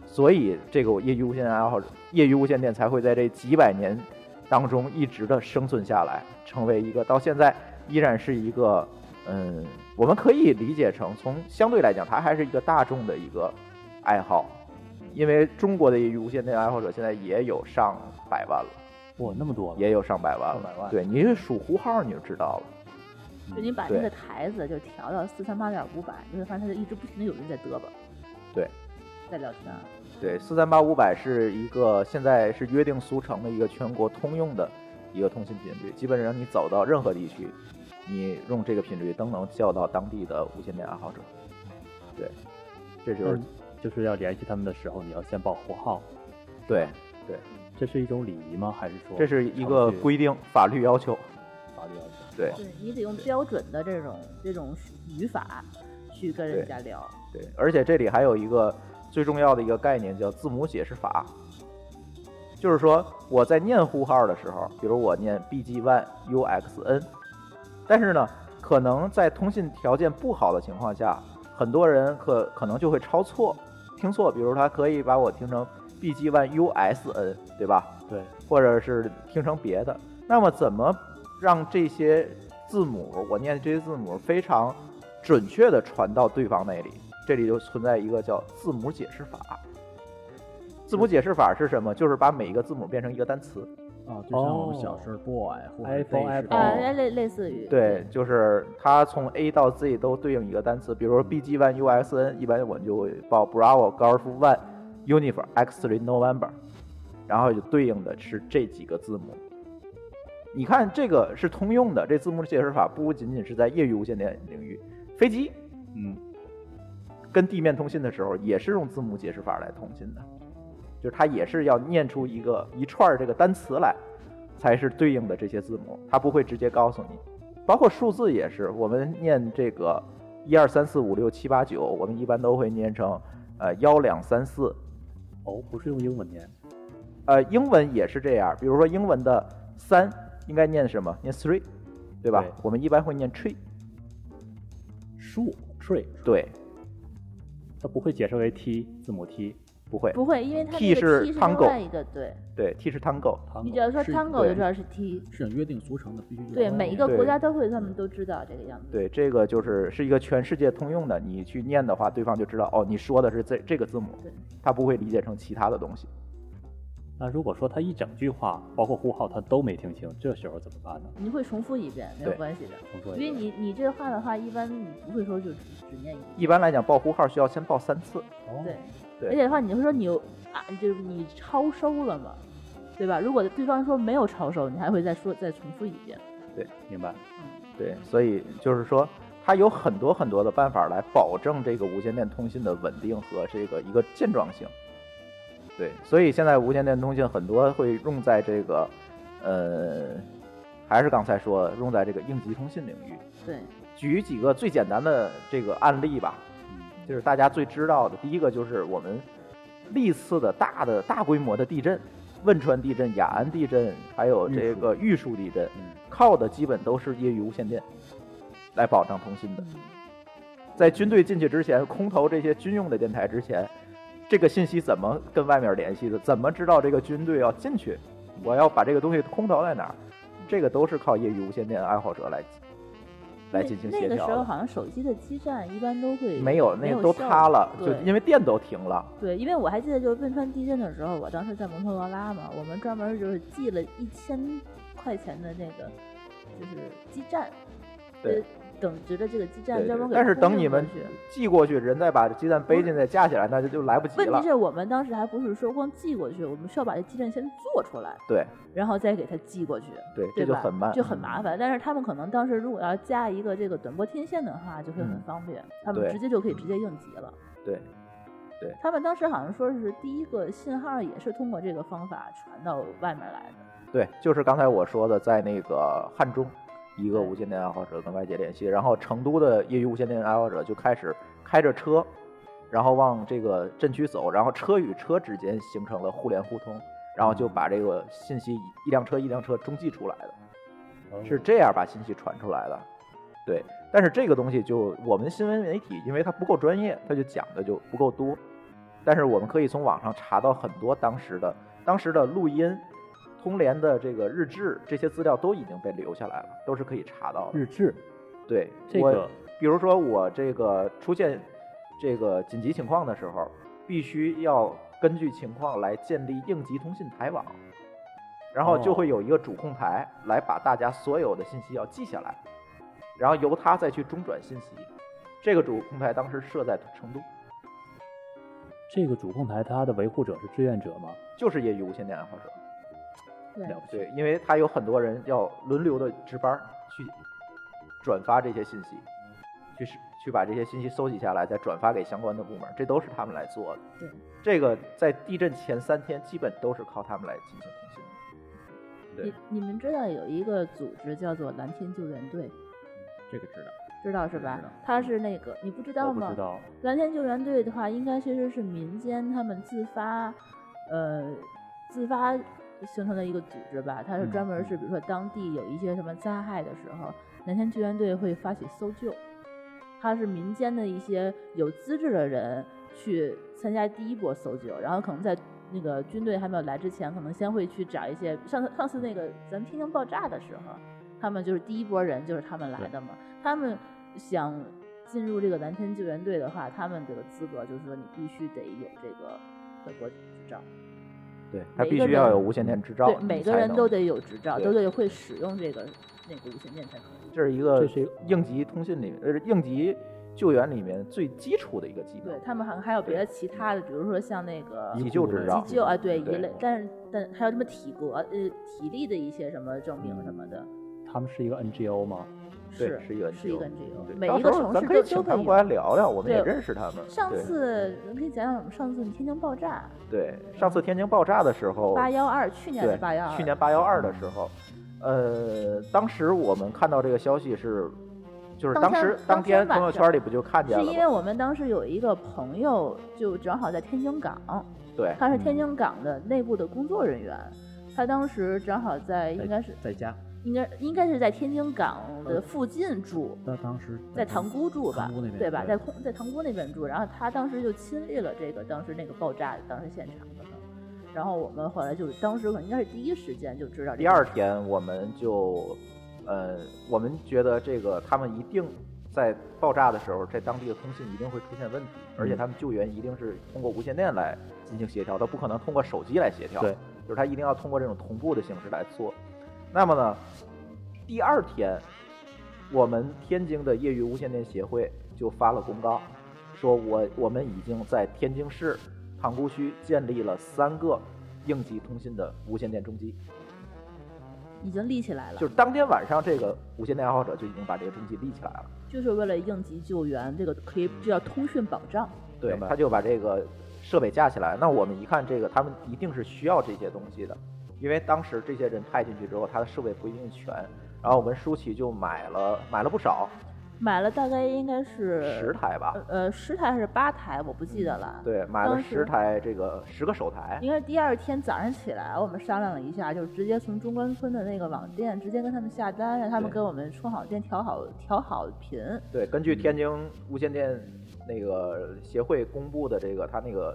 C: 所以，这个业余无线电爱好者，业余无线电才会在这几百年当中一直的生存下来，成为一个到现在依然是一个，嗯，我们可以理解成从相对来讲，它还是一个大众的一个爱好，因为中国的业余无线电爱好者现在也有上百万了，
F: 哇，那么多，
C: 也有上百万了。
F: 上百万
C: 对，你数呼号你就知道了。
E: 就你把那
C: 对
E: 个台子就调到四三八点五百，你会发现它就一直不停的有人在嘚吧，
C: 对，
E: 在聊天儿。啊
C: 对，四三八五百是一个现在是约定俗成的一个全国通用的一个通信频率，基本上你走到任何地区，你用这个频率都能叫到当地的无线电爱好者。对，这就是、
F: 嗯就是要联系他们的时候，你要先报呼号，
C: 对，
F: 这是一种礼仪吗？还是说
C: 这是一个规定法律要求。
F: 法律要求？
C: 对
E: 对你得用标准的这种这种语法去跟人
C: 对
E: 家聊。
C: 对，而且这里还有一个最重要的一个概念叫字母解释法，就是说我在念呼号的时候，比如我念 BG one UXN，但是呢，可能在通信条件不好的情况下，很多人可可能就会抄错、听错，比如他可以把我听成 BG one USN，对吧？
F: 对，
C: 或者是听成别的。那么怎么让这些字母，我念的这些字母非常准确的传到对方那里？这里就存在一个叫字母解释法。字母解释法是什么？就是把每一个字母变成一个单词。
D: 啊，就像我们小时候 boy 或者
F: 哦 iPhone，
D: day 是
F: iPhone
E: 呃，
F: 哦
E: 类类类似于
C: 对，就是它从 A 到 Z 都对应一个单词。比如说 BG one USN，一般我们就会报 Bravo Golf one Uniform X three November，然后就对应的是这几个字母。你看，这个是通用的，这字母解释法不仅仅是在业余无线电领域，飞机
F: 嗯，
C: 跟地面通信的时候也是用字母解释法来通信的，就是它也是要念出一个一串儿这个单词来，才是对应的这些字母，它不会直接告诉你。包括数字也是，我们念这个一二三四五六七八九，我们一般都会念成呃幺两三四，
F: 哦，不是用英文念，
C: 呃，英文也是这样，比如说英文的三应该念什么？念 three，对吧？
F: 对
C: 我们一般会念 tree，
F: 树 tree，
C: 对，
F: 它不会解释为 t 字母 t，
C: 不会，
E: 不会，因为它
C: T
E: 那
C: 是
E: 个 T 是
C: tango
E: 另外一个对，
C: 对，t 是 tango，
F: 它
E: 你只要说
D: 是
E: tango
C: 对
E: 就知道是 T，
D: 是约定俗成的，必须有
E: 对，每一个
C: 对
E: 国家都会，他们都知道这个样子。
C: 对，这个就是是一个全世界通用的，你去念的话，对方就知道哦，你说的是这这个字母
E: 对，
C: 他不会理解成其他的东西。
F: 那如果说他一整句话，包括呼号，他都没听清，这时候怎么办呢？
E: 你会重复一遍没有
C: 对
E: 关系的，
F: 重说一
E: 因为
F: 遍，
E: 你你这话的话，一般你不会说就只只念一遍。
C: 一般来讲，报呼号需要先报三次，
E: 对，
C: 对
E: 而且的话，你会说你有啊，就是你超收了嘛，对吧？如果对方说没有超收，你还会再说再重复一遍。
F: 明白？
C: 对，所以就是说，它有很多很多的办法来保证这个无线电通信的稳定和这个一个健壮性。对，所以现在无线电通信很多会用在这个，呃，还是刚才说用在这个应急通信领域。
E: 对，
C: 举几个最简单的这个案例吧，就是大家最知道的。第一个就是我们历次的大的大规模的地震，汶川地震、雅安地震，还有这个玉树嗯地震，靠的基本都是业余无线电来保障通信的。在军队进去之前，空投这些军用的电台之前，这个信息怎么跟外面联系的？怎么知道这个军队要进去？我要把这个东西空投在哪儿？这个都是靠业余无线电爱好者来来进行
E: 那
C: 协
E: 那个
C: 调
E: 时候
C: 的。
E: 好像手机的基站一般都会
C: 没有，那个都
E: 效
C: 塌
E: 果
C: 了，就
E: 对
C: 因为电都停了。
E: 对，因为我还记得，就是汶川地震的时候，我当时在蒙特罗拉嘛，我们专门就是寄了一千块钱的那个，就是基站，
C: 对
E: 呃，等值的这个基站
C: 对
E: 专
C: 对
E: 门，给
C: 但是
E: 供
C: 等
E: 应
C: 你
E: 过
C: 们
E: 去
C: 寄过去，人再把鸡蛋背进来架起来，那就就来不及
E: 问
C: 了
E: 题。是我们当时还不是说光寄过去，我们需要把这基站先做出来，
C: 对
E: 然后再给它寄过去，
C: 对，这
E: 对
C: 就
E: 吧？
C: 很慢，
E: 就很麻烦。但是他们可能当时如果要加一个这个短波天线的话，就会很
C: 嗯
E: 方便，他们
C: 对
E: 直接就可以直接应急了。
C: 对，
E: 他们当时好像说是第一个信号也是通过这个方法传到外面来的。
C: 对，就是刚才我说的，在那个汉中，一个
E: 对
C: 无线电爱好者跟外界联系，然后成都的业余无线电爱好者就开始开着车，然后往这个镇区走，然后车与车之间形成了互联互通，然后就把这个信息一辆车一辆车中继出来的，是这样把信息传出来的。对，但是这个东西就我们新闻媒体，因为它不够专业，它就讲的就不够多。但是我们可以从网上查到很多当时的当时的录音、通联的这个日志，这些资料都已经被留下来了，都是可以查到的。
D: 日志，
C: 对，
F: 这
C: 我
F: 个
C: 比如说我这个出现这个紧急情况的时候，必须要根据情况来建立应急通信台网，然后就
F: 哦
C: 会有一个主控台来把大家所有的信息要记下来，然后由他再去中转信息。这个主控台当时设在成都，
F: 这个主控台它的维护者是志愿者吗？
C: 就是业余无线电爱好者。
E: 对
F: 了不起，
C: 对，因为他有很多人要轮流的值班儿去转发这些信息，去是去把这些信息搜集下来，再转发给相关的部门，这都是他们来做的。
E: 对，
C: 这个在地震前三天基本都是靠他们来进行通信的。对
E: 你你们知道有一个组织叫做蓝天救援队，
D: 这个知道。
E: 知道是吧
D: 知道？
E: 它是那个你不知道
F: 我不
E: 吗？
F: 知道。
E: 蓝天救援队的话，应该其实是民间他们自发，呃，自发形成的一个组织吧。它是专门是，比如说当地有一些什么灾害的时候，蓝天救援队会发起搜救，它是民间的一些有资质的人去参加第一波搜救，然后可能在。那个军队还没有来之前，可能先会去找一些上上次那个咱们天津爆炸的时候，他们就是第一波人就是他们来的嘛。他们想进入这个蓝天救援队的话，他们这个资格就是说你必须得有这个德国执照，
C: 对，他
E: 每
C: 必
E: 个
C: 须要
E: 人
C: 有无线电执照，
E: 对，
C: 你
E: 每个
C: 才
E: 人
C: 能
E: 都得有执照，
C: 对
E: 都得会使用这个那个无线电才可以。
C: 这是一个
D: 这是一个
C: 应急通信里呃应急救援里面最基础的一个技能
E: 对。他们好像还有别的其他的，比如说像那个
C: 急救执照嗯
E: 急救啊，对一
C: 对
E: 类，但是但还有什么体格呃体力的一些什么证明什么的，
F: 他们是一个 NGO 吗？
C: 嗯对
E: 是
C: 是一个 NGO
E: 是一个 NGO，
C: 嗯对
E: 每
C: 到
E: 一
C: 时
E: 个
C: 候
E: 城
C: 咱
E: 市
C: 可以
E: 都
C: 请
E: 都
C: 他
E: 会
C: 们过来
E: 有。
C: 聊聊，我们也
E: 对
C: 认识他们。
E: 上
C: 对
E: 次你可以讲讲我们上次你天津爆炸
C: 对上次天津爆炸的时
D: 哦
C: 候，
E: 八幺二，去年
C: 对，
E: 的八幺二，
C: 去年八幺二的时候，呃，当时我们看到这个消息是，就是
E: 当
C: 当
E: 天
C: 时
E: 当天
C: 天朋友
E: 晚
C: 圈里不就看见
E: 是
C: 了
E: 因为
C: 吗？
E: 我们当时有一个朋友，就正好在天津港，
C: 对
E: 他是
D: 嗯
E: 天津港的内部的工作人员，他当时正好在应该是
D: 在家，
E: 应该应该是在天津港的附近住，
D: 他当时
E: 在塘
D: 塘
E: 沽住吧
D: 塘沽那，边
E: 对吧？
D: 对
E: 在空在塘沽那边住，然后他当时就亲历了这个当时那个爆炸当时现场的，然后我们后来就是当时可能应该是第一时间就知道这个
C: 第二天我们就，呃，我们觉得这个他们一定在爆炸的时候，在当地的通信一定会出现问题，而且他们救援一定是通过无线电来进行协调，他不可能通过手机来协调，
F: 对，
C: 就是他一定要通过这种同步的形式来做。那么呢，第二天，我们天津的业余无线电协会就发了公告，说我我们已经在天津市塘沽区建立了三个应急通信的无线电中机。
E: 已经立起来了
C: 就，是当天晚上，这个无线电爱好者就已经把这个中继立起来了。
E: 就是为了应急救援，这个可以这叫通讯保障。
C: 对
F: 明，白
C: 他就把这个设备架起来。那我们一看，这个他们一定是需要这些东西的，因为当时这些人派进去之后，他的设备不一定全。然后我们舒淇就买了买了不少，
E: 买了大概应该是
C: 十台吧，嗯
E: 呃呃十台还是八台，我不记得了。，
C: 对，买了
E: 当时嗯
C: 十台这个十个手台，
E: 应该是第二天早上起来，我们商量了一下，就直接从中关村的那个网店直接跟他们下单，让他们
C: 对
E: 给我们充好电、调好调好频。
C: 对，根据天津无线电那个协会公布的这个它那个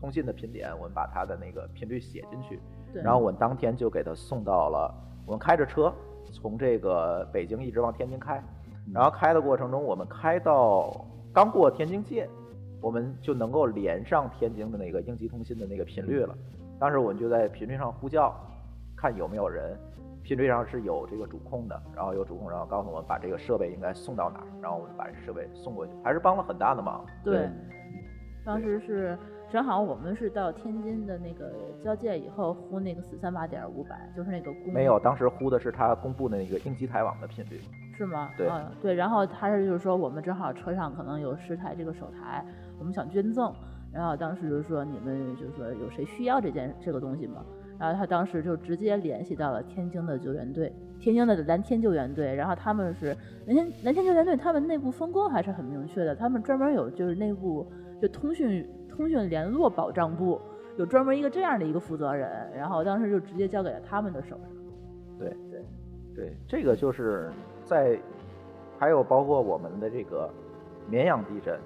C: 通信的频点，我们把它的那个频率写进去，
E: 对，
C: 然后我们当天就给他送到了，我们开着车从这个北京一直往天津开，然后开的过程中，我们开到刚过天津界，我们就能够连上天津的那个应急通信的那个频率了。当时我们就在频率上呼叫，看有没有人。频率上是有这个主控的，然后有主控，然后告诉我们把这个设备应该送到哪儿，然后我们把这设备送过去，还是帮了很大的忙。
E: 对，当时是正好我们是到天津的那个交界以后呼那个四三八点五百，就是那个公
C: 没有，当时呼的是他公布的那个应急台网的频率。
E: 是吗？
C: 对
E: 嗯，对。然后他是就是说，我们正好车上可能有十台这个手台，我们想捐赠。然后当时就说你们就说有谁需要这件这个东西吗？然后他当时就直接联系到了天津的救援队，天津的蓝天救援队。然后他们是蓝天蓝天救援队，他们内部分工还是很明确的，他们专门有就是内部就通讯通讯联络保障部。有专门一个这样的一个负责人，然后我当时就直接交给了他们的手上。
C: 对，这个就是在，还有包括我们的这个绵阳地震，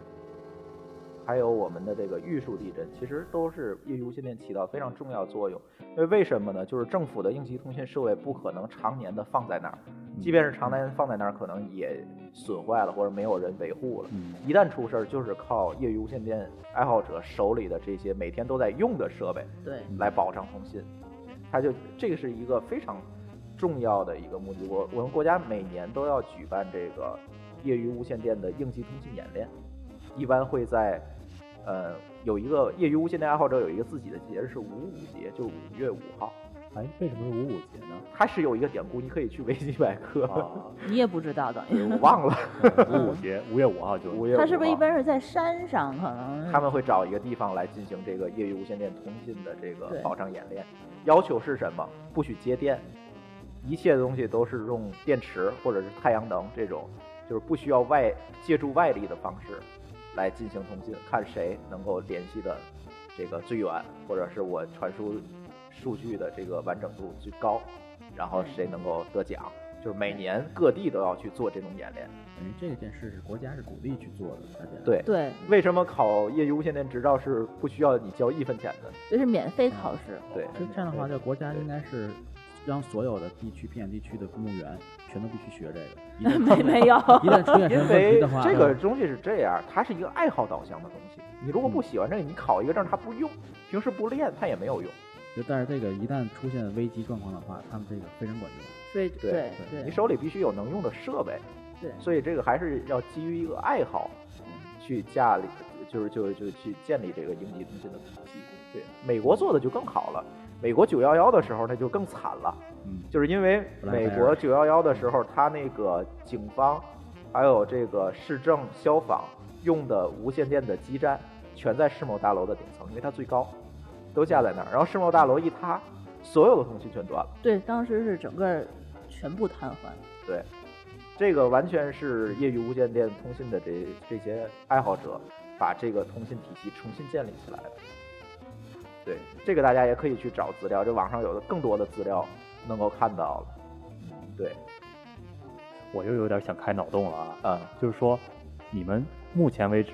C: 还有我们的这个玉树地震，其实都是业余无线电起到非常重要作用。因为为什么呢？就是政府的应急通讯设备不可能常年的放在那儿，即便是常年放在那儿，可能也损坏了或者没有人维护了。
F: 嗯
C: 一旦出事儿，就是靠业余无线电爱好者手里的这些每天都在用的设备
E: 对，
C: 来保障通信。它就这个是一个非常重要的一个目的。我我们国家每年都要举办这个业余无线电的应急通信演练，一般会在呃有一个业余无线电爱好者有一个自己的节日是五五节，就是五月五号，
F: 哎，为什么是五五节呢？
C: 它是有一个典故，你可以去维基百科。
F: 啊，
E: 你也不知道等于。
C: 对 我忘了，
F: 五五节，五月五号就
C: 五月五号。
E: 他是不是一般是在山上？可能
C: 他们会找一个地方来进行这个业余无线电通信的这个
E: 对
C: 保障演练。要求是什么？不许接电，一切的东西都是用电池或者是太阳能这种，就是不需要外借助外力的方式来进行通信，看谁能够联系的这个最远，或者是我传输数据的这个完整度最高，然后谁能够得奖。就是每年各地都要去做这种演练。
D: 等于这件事是国家是鼓励去做的，大家
C: 对，
E: 对，
C: 为什么考业余无线电执照是不需要你交一分钱的？
E: 就是免费考试。
C: 对，
D: 其实这样的话，这国家应该是让所有的地区偏远地区的公务员全都必须学这个。一旦
E: 没没有，
D: 一旦出现什
C: 因
D: 么问题
C: 为
D: 的话，嗯
C: 这个东西是这样，它是一个爱好导向的东西。你如果
D: 嗯
C: 不喜欢这个，你考一个证它不用，平时不练它也没有用。
D: 就但是这个一旦出现危机状况的话，他们这个非常管用。
E: 所以
C: 对
E: 对
C: 你手里必须有能用的设备。
E: 对
C: 所以这个还是要基于一个爱好，去建立，就是就就去建立这个应急通信的体系。对，美国做的就更好了。美国九幺幺的时候那就更惨了，
F: 嗯
C: 就是因为美国九幺幺的时候，它那个警方还有这个市政消防用的无线电的基站全在世贸大楼的顶层，因为它最高，都架在那儿。然后世贸大楼一塌，所有的通信全断了。
E: 对，当时是整个全部瘫痪。
C: 对，这个完全是业余无线电通信的这这些爱好者把这个通信体系重新建立起来的。对，这个大家也可以去找资料，这网上有的更多的资料能够看到了。对，
F: 我又有点想开脑洞了啊。
C: 嗯，
F: 就是说，你们目前为止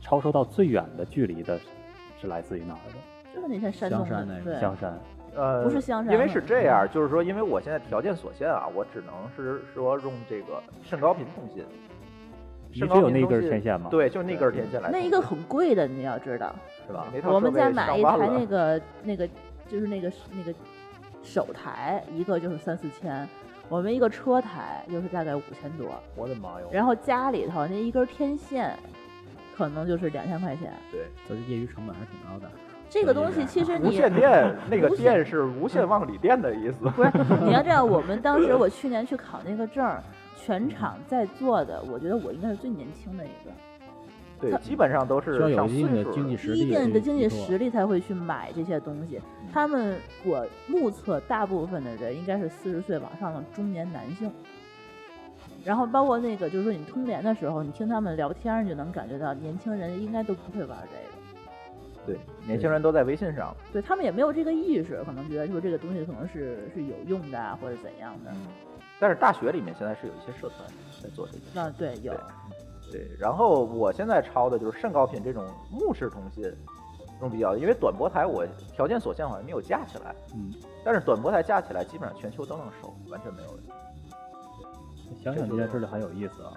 F: 超收到最远的距离的是是来自于哪儿的？
E: 就是那天山
D: 香
E: 东
D: 山
E: 的
D: 那个
E: 对
F: 香山。
C: 呃，
E: 不是香山
C: 因为是这样，就是说，因为我现在条件所限啊，我只能是说用这个甚高频通信。
F: 你
C: 甚
F: 是
C: 高
F: 有
C: 频
F: 那
C: 通
F: 根
C: 信
F: 天线吗？，
C: 对，就那根天线来通
E: 那
C: 信。
E: 一个很贵的，你要知道。
C: 是吧？那套
E: 我们
C: 设备
E: 再买一
C: 上万
E: 台
C: 了
E: 那个那个就是那个那个手台，一个就是三四千，我们一个车台就是大概五千多，
F: 我的妈哟！
E: 然后家里头那一根天线可能就是两千块钱。
C: 对。
D: 所以业余成本还是挺高的。
E: 这个东西其实
C: 无
E: 你
C: 线 电那个
E: 无线嗯
C: 电是无线往里电的意思。
E: 不是 你要这样，我们当时我去年去考那个证儿，全场在座的，我觉得我应该是最年轻的一个。
C: 对，基本上都是
D: 需要有
C: 上
D: 一定
C: 岁
D: 的
C: 数
D: 经济
C: 了
D: 实
E: 第一
D: 力，
E: 定的经济实力才会去买这些东西。他们，我目测大部分的人应该是四十岁往上的中年男性。然后包括那个，就是说你通联的时候，你听他们聊天儿，你就能感觉到年轻人应该都不会玩这个，
C: 对，年轻人都在微信上。
E: 对他们也没有这个意识，可能觉得说这个东西可能是是有用的啊，或者怎样的。
C: 但是大学里面现在是有一些社团在做这个。
E: 那对有，
C: 对，然后我现在抄的就是甚高频这种目视通信，用比较，因为短波台我条件所限，好像没有架起来。
F: 嗯，
C: 但是短波台架起来，基本上全球都能收，完全没有问题。
F: 想想这件事就很有意思啊。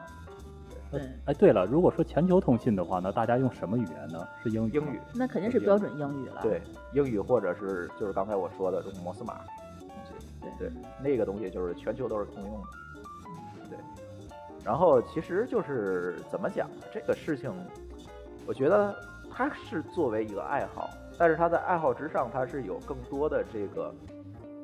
E: 对，
F: 哎，对了，如果说全球通信的话，那大家用什么语言呢？是英语。
C: 英语。
E: 那肯定是标准英语了。
C: 对，英语或者是就是刚才我说的这种摩斯码东西，对，那个东西就是全球都是通用的，对。然后其实就是怎么讲呢，这个事情，我觉得它是作为一个爱好，但是它在爱好之上，它是有更多的这个。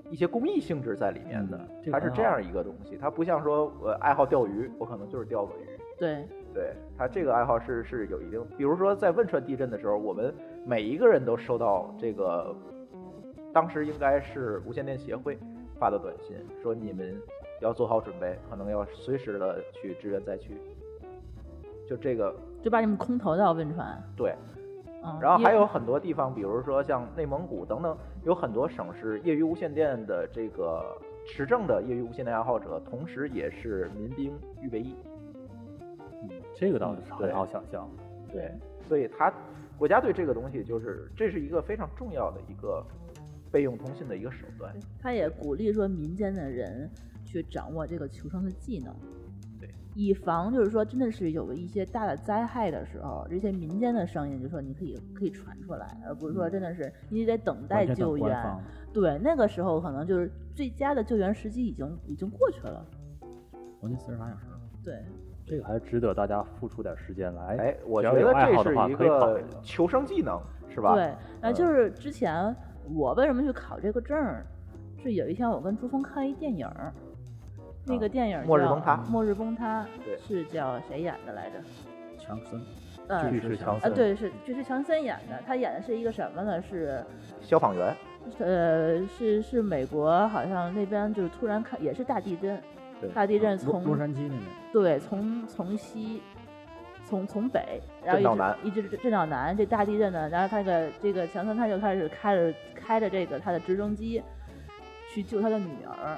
C: 一些公益性质在里面的
F: 嗯，这个
C: 它是
F: 很
C: 这
F: 好
C: 样一个东西，它不像说我爱好钓鱼，我可能就是钓个鱼，
E: 对
C: 对他这个爱好是是有一定，比如说在汶川地震的时候，我们每一个人都收到这个，当时应该是无线电协会发的短信，说你们要做好准备，可能要随时的去支援灾区。就这个，
E: 就把你们空投到汶川。
C: 对，
E: 嗯
C: 然后还
E: 业
C: 有很多地方，比如说像内蒙古等等，有很多省市业余无线电的这个持证的业余无线电爱好者，同时也是民兵预备役。
F: 嗯这个倒是
C: 嗯对
F: 很好想象。
C: 对，所以他国家对这个东西就是这是一个非常重要的一个备用通信的一个手段。
E: 他也鼓励说民间的人去掌握这个求生的技能，
C: 对，
E: 以防就是说真的是有一些大的灾害的时候，这些民间的声音就说你可以可以传出来，而不是说真的是你得等
D: 完
E: 待
D: 全等
E: 救
D: 官
E: 援
D: 方。
E: 对，那个时候可能就是最佳的救援时机已经已经过去了。
D: 我那四十八小时，
E: 对，
F: 这个还值得大家付出点时间来。
C: 哎，我
F: 只
C: 觉
F: 要有
C: 得
F: 爱好
C: 这
F: 的
C: 是
F: 话
C: 一
F: 可以搞
C: 个求生技能，是吧？嗯
E: 对，那就是之前我为什么去考这个证儿，是有一天我跟朱峰看一电影儿，那个电影儿
C: 嗯末日
E: 叫
C: 崩塌
E: 末日崩塌
C: 对
E: 是叫谁演的来着？
D: 强森，
E: 呃，
F: 巨石强
E: 啊，
F: 森，
E: 对，是这是强森演的，他演的是一个什么呢？是，
C: 消防 员，
E: 呃，是是美国好像那边就是突然看也是大地震
C: 对，
E: 大地震
D: 嗯洛洛
E: 从
D: 杉矶那边，
E: 对从从西，从从北，然
C: 震到
E: 后
C: 南
E: 一直一直震到南，这大地震呢，然后他那个这个强森他就开始开着开着这个他的直升机去救他的女儿。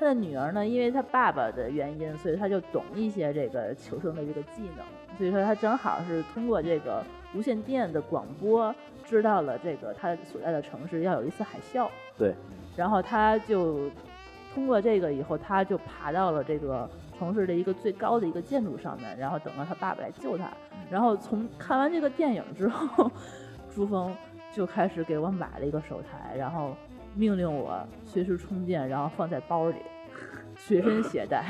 E: 他的女儿呢，因为他爸爸的原因，所以他就懂一些这个求生的这个技能，所以说他正好是通过这个无线电的广播知道了这个他所在的城市要有一次海啸。
C: 对。
E: 然后他就通过这个以后，他就爬到了这个城市的一个最高的一个建筑上面，然后等到他爸爸来救他。然后从看完这个电影之后，朱峰就开始给我买了一个手台，然后命令我随时充电，然后放在包里，随身携带。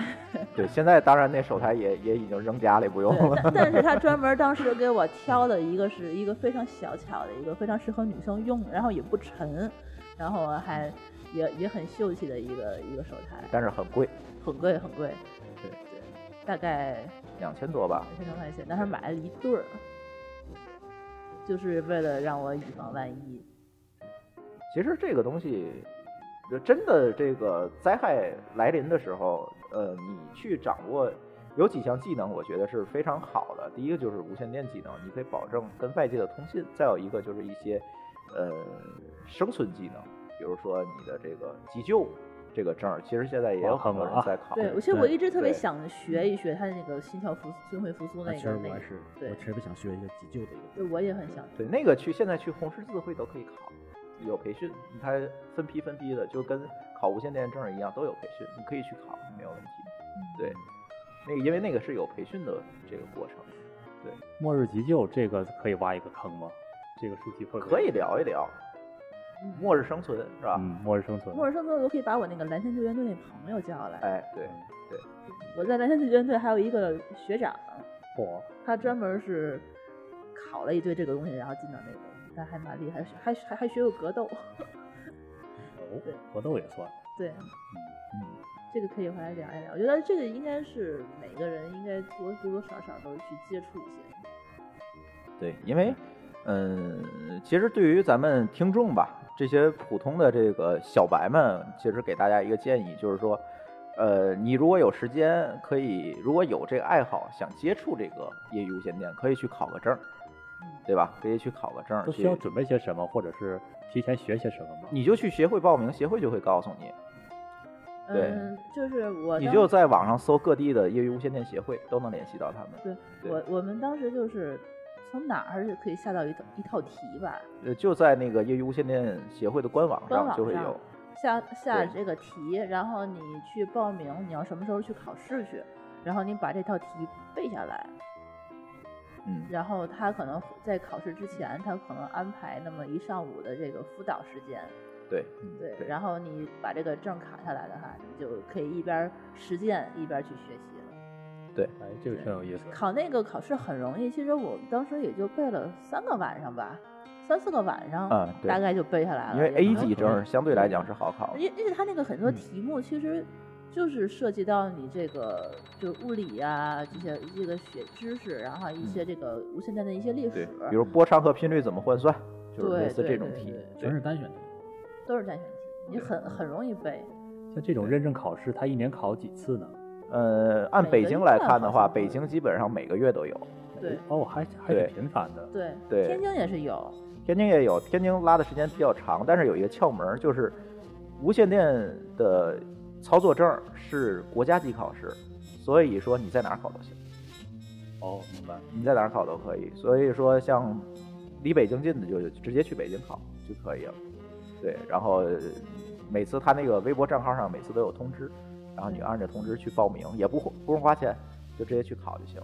C: 对，现在当然那手台也也已经扔家里不用
E: 对
C: 了。
E: 但但是他专门当时给我挑的一个是一个非常小巧的一个非常适合女生用，然后也不沉，然后还也也很秀气的一个一个手台。
C: 但是很贵，
E: 很贵很贵，
C: 对
E: 对，大概
C: 两千多吧。
E: 两千多块钱，但是买了一对儿，就是为了让我以防万一。
C: 其实这个东西，呃真的这个灾害来临的时候，呃，你去掌握有几项技能，我觉得是非常好的。第一个就是无线电技能，你可以保证跟外界的通信；再有一个就是一些呃生存技能，比如说你的这个急救这个证儿，其实现在也有很多人在考。
E: 对，我其实我一直特别
C: 对
E: 想学一学他那个心跳复苏、心肺复苏那
D: 啊其
E: 个
D: 实
E: 那
D: 我也，
E: 个
D: 是，
E: 对
D: 我特别想学一个急救的一个。
E: 对，我也很想。
C: 对，那个去现在去红十字会都可以考，有培训，它分批分批的，就跟考无线电证儿一样，都有培训，你可以去考，没有问题。对，那个因为那个是有培训的这个过程，
F: 末日急救这个可以挖一个坑吗？这个书籍会不
C: 可
F: 会
C: 以聊一聊
E: 嗯
C: 末日生存是吧？
F: 嗯，末日生存。
E: 末日生存，我可以把我那个蓝天救援队那朋友叫来。
C: 哎，对，
F: 嗯
E: 我在蓝天救援队还有一个学长，
F: 嚯
E: 他专门是考了一堆这个东西，然后进到那个，但还蛮厉害，还还还学过格斗。 对
F: 哦，格斗也算。
E: 对，这个可以回来聊一聊。我觉得这个应该是每个人应该多多多少少都去接触一些。
C: 对，因为，嗯，其实对于咱们听众吧，这些普通的这个小白们，其实给大家一个建议，就是说，呃，你如果有时间，可以如果有这个爱好，想接触这个业余无线电，可以去考个证儿，
E: 嗯
C: 对吧？可以去考个证儿，
F: 都需
C: 去
F: 要准备些什么，或者是提前学些什么吗？
C: 你就去协会报名，协会就会告诉你，对
E: 嗯，就是我
C: 你
E: 当
C: 就在网上搜各地的业余无线电协会，都能联系到他们。
E: 对
C: 对
E: 我我们当时就是从哪儿可以下到一套一套题吧，
C: 呃，就在那个业余无线电协会的官网
E: 官
C: 上
E: 网
C: 就会
E: 上
C: 有。
E: 下下
C: 对
E: 这个题，然后你去报名，你要什么时候去考试去，然后你把这套题背下来，
C: 嗯，
E: 然后他可能在考试之前，他可能安排那么一上午的这个辅导时间，
C: 对，嗯
E: 对，
C: 对
E: 然后你把这个证卡下来的话，你就可以一边儿实践一边儿去学习了。
F: 哎，这个挺有意思。
E: 考那个考试很容易，其实我们当时也就背了三个晚上吧，三四个晚上，
C: 啊对
E: 大概就背下来了。
C: 因为
E: 也
C: A
E: 可能
C: 级证嗯儿相对来讲是好考的。
E: 因因为它那个很多题目其实就是涉及到你这个就是物理啊这些这个学知识，然后一些这个无线电的一些历
C: 嗯对
E: 史，，
C: 比如波长和频率怎么换算，就是
E: 对
C: 类似
E: 对
C: 这种
E: 对
C: 题。
E: 对
D: 全是单选题，
E: 都是单选题，你很很容易背。
F: 像这种认证考试，它一年考几次呢？
C: 呃，按
E: 每
C: 北
E: 个
C: 京
E: 月
C: 来看
E: 好
C: 的话，
E: 像
C: 北
E: 是
C: 京基本上每个月都有。
F: 每
E: 对
F: 哦，还还
C: 对
F: 挺频繁的。
E: 对，
C: 对
E: 天津也是有，
C: 天津也有，天津拉的时间比较长，但是有一个窍门儿，就是无线电的操作证儿是国家级考试，所以说你在哪儿考都行，
F: 哦，明白。
C: 你在哪儿考都可以。所以说像离北京近的就直接去北京考就可以了。对，然后呃每次他那个微博账号上每次都有通知，然后你按着通知去报名，也不花不用花钱，就直接去考就行。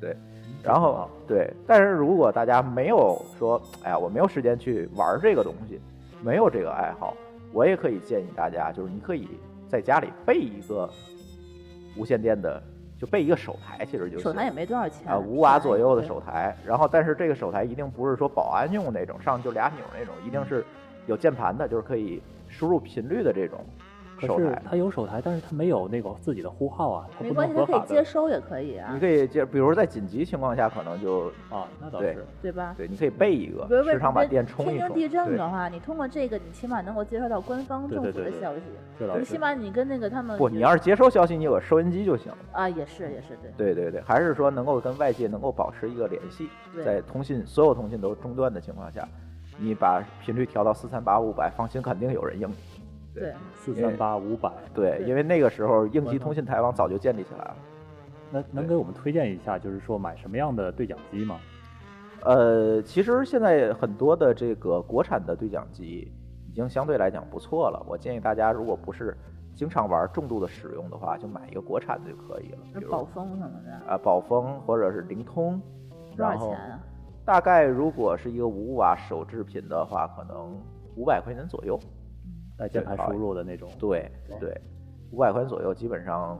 C: 对，然后对，但是如果大家没有说，哎呀，我没有时间去玩这个东西，没有这个爱好，我也可以建议大家，就是你可以在家里备一个无线电的，就备一个手台，其实就行
E: 手台也没多少钱
C: 啊，五瓦左右的
E: 对
C: 手台，然后但是这个手台一定不是说保安用那种，上就俩钮那种，一定是有键盘的，就是可以输入频率的这种手
F: 可是
C: 台。
F: 他有手台，但是他没有那个自己的呼号啊，他
E: 没
F: 不
E: 关
F: 能
E: 系，
F: 合
E: 它可
F: 法
E: 以接
F: 的
E: 收也可以啊
C: 你，可以就比如在紧急情况下，可能就
F: 啊，那倒
C: 对
F: 是。
E: 对吧？
C: 对，你可以备一个
E: 比，如为
C: 啊时常把电充一
E: 天津
C: 充。
E: 地震
C: 对
E: 的话，你通过这个，你起码能够接收到官方
F: 对
E: 政
F: 对
E: 府
F: 对
E: 的
F: 对
E: 消息。
F: 这倒
E: 你
F: 是。
E: 起码你跟那个他们
C: 不，你要是接收消息，你有个收音机就行了。
E: 啊，也是也是
C: 对
E: 对
C: 对对，还是说能够跟外界能够保持一个联系，
E: 对
C: 在通信所有通信都中断的情况下，你把频率调到四三八五百，放心，肯定有人应你。
E: 对，
F: 四三八五百，
C: 对，
E: 对
C: 因为那个时候应急通信台网早就建立起来了。
F: 那能给我们推荐一下，就是说买什么样的对讲机吗？
C: 呃，其实现在很多的这个国产的对讲机已经相对来讲不错了。我建议大家，如果不是经常玩、重度的使用的话，就买一个国产的就可以了，比
E: 那
C: 如
E: 宝丰什么的，
C: 啊宝丰或者是灵通。
E: 多少
C: 然后
E: 钱啊？
C: 大概如果是一个五瓦手制品的话，可能五百块钱左右。
F: 带键盘
C: 对好
F: 输入的那种。
C: 对
E: 哦
C: 对，五百块钱左右，基本上，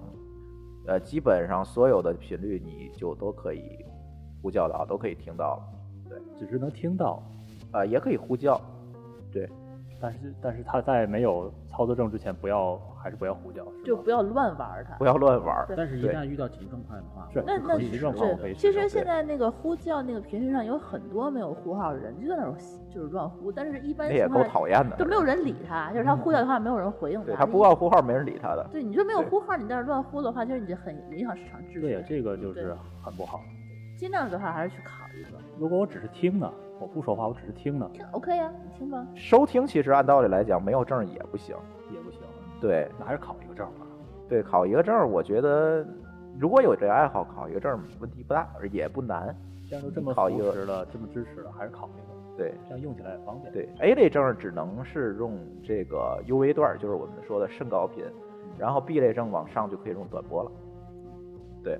C: 呃，基本上所有的频率你就都可以呼叫到，都可以听到，
F: 只是能听到，
C: 啊、也可以呼叫。
F: 但是但是他在没有操作证之前，不要还是不要呼叫，是
E: 就
F: 吧
E: 不要乱玩儿它
C: 不。要乱玩儿。
E: 对
D: 但是一
C: 对
D: 旦遇到急状况的话，
F: 是
E: 那
F: 可
E: 那
F: 以
E: 是
F: 让
E: 对
F: 网可以
E: 其
F: 使
E: 实
F: 用
E: 现
F: 对
E: 在那个呼叫那个频率上有很多没有呼号的人，就在那儿就是乱呼，但是一般
C: 那
E: 情
C: 也
E: 况
C: 够
E: 下
C: 讨厌的，
E: 都啊没有人理他，就是他呼叫的话没有人回应
C: 对
E: 他
C: 他不
E: 你
C: 报呼号，没人理他的。
E: 对，你就没有
C: 对
E: 呼号，你在那儿乱呼的话，就是你就很影响市场秩序。
F: 对呀，这个就
E: 对
F: 是很不好。
E: 尽量的话还是去考一个，
F: 如果我只是听呢，我不说话，我只是听呢，
E: 听 OK 呀、你听吧。
C: 收听其实按道理来讲，没有证儿也不行。
F: 也不行，
C: 对
F: 那还是考一个证吧。
C: 对，考一个证儿，我觉得如果有这爱好，考一个证儿问题不大，也不难。
F: 既然都这么
C: 考
F: 扶
C: 一个
F: 持了，这么支持了，还是考一个，
C: 对
F: 这样用起来也方便。，
C: 对，A 类证儿只能是用这个 UV 段儿，就是我们说的甚高频，然后 B 类证往上就可以用短波了。
F: 短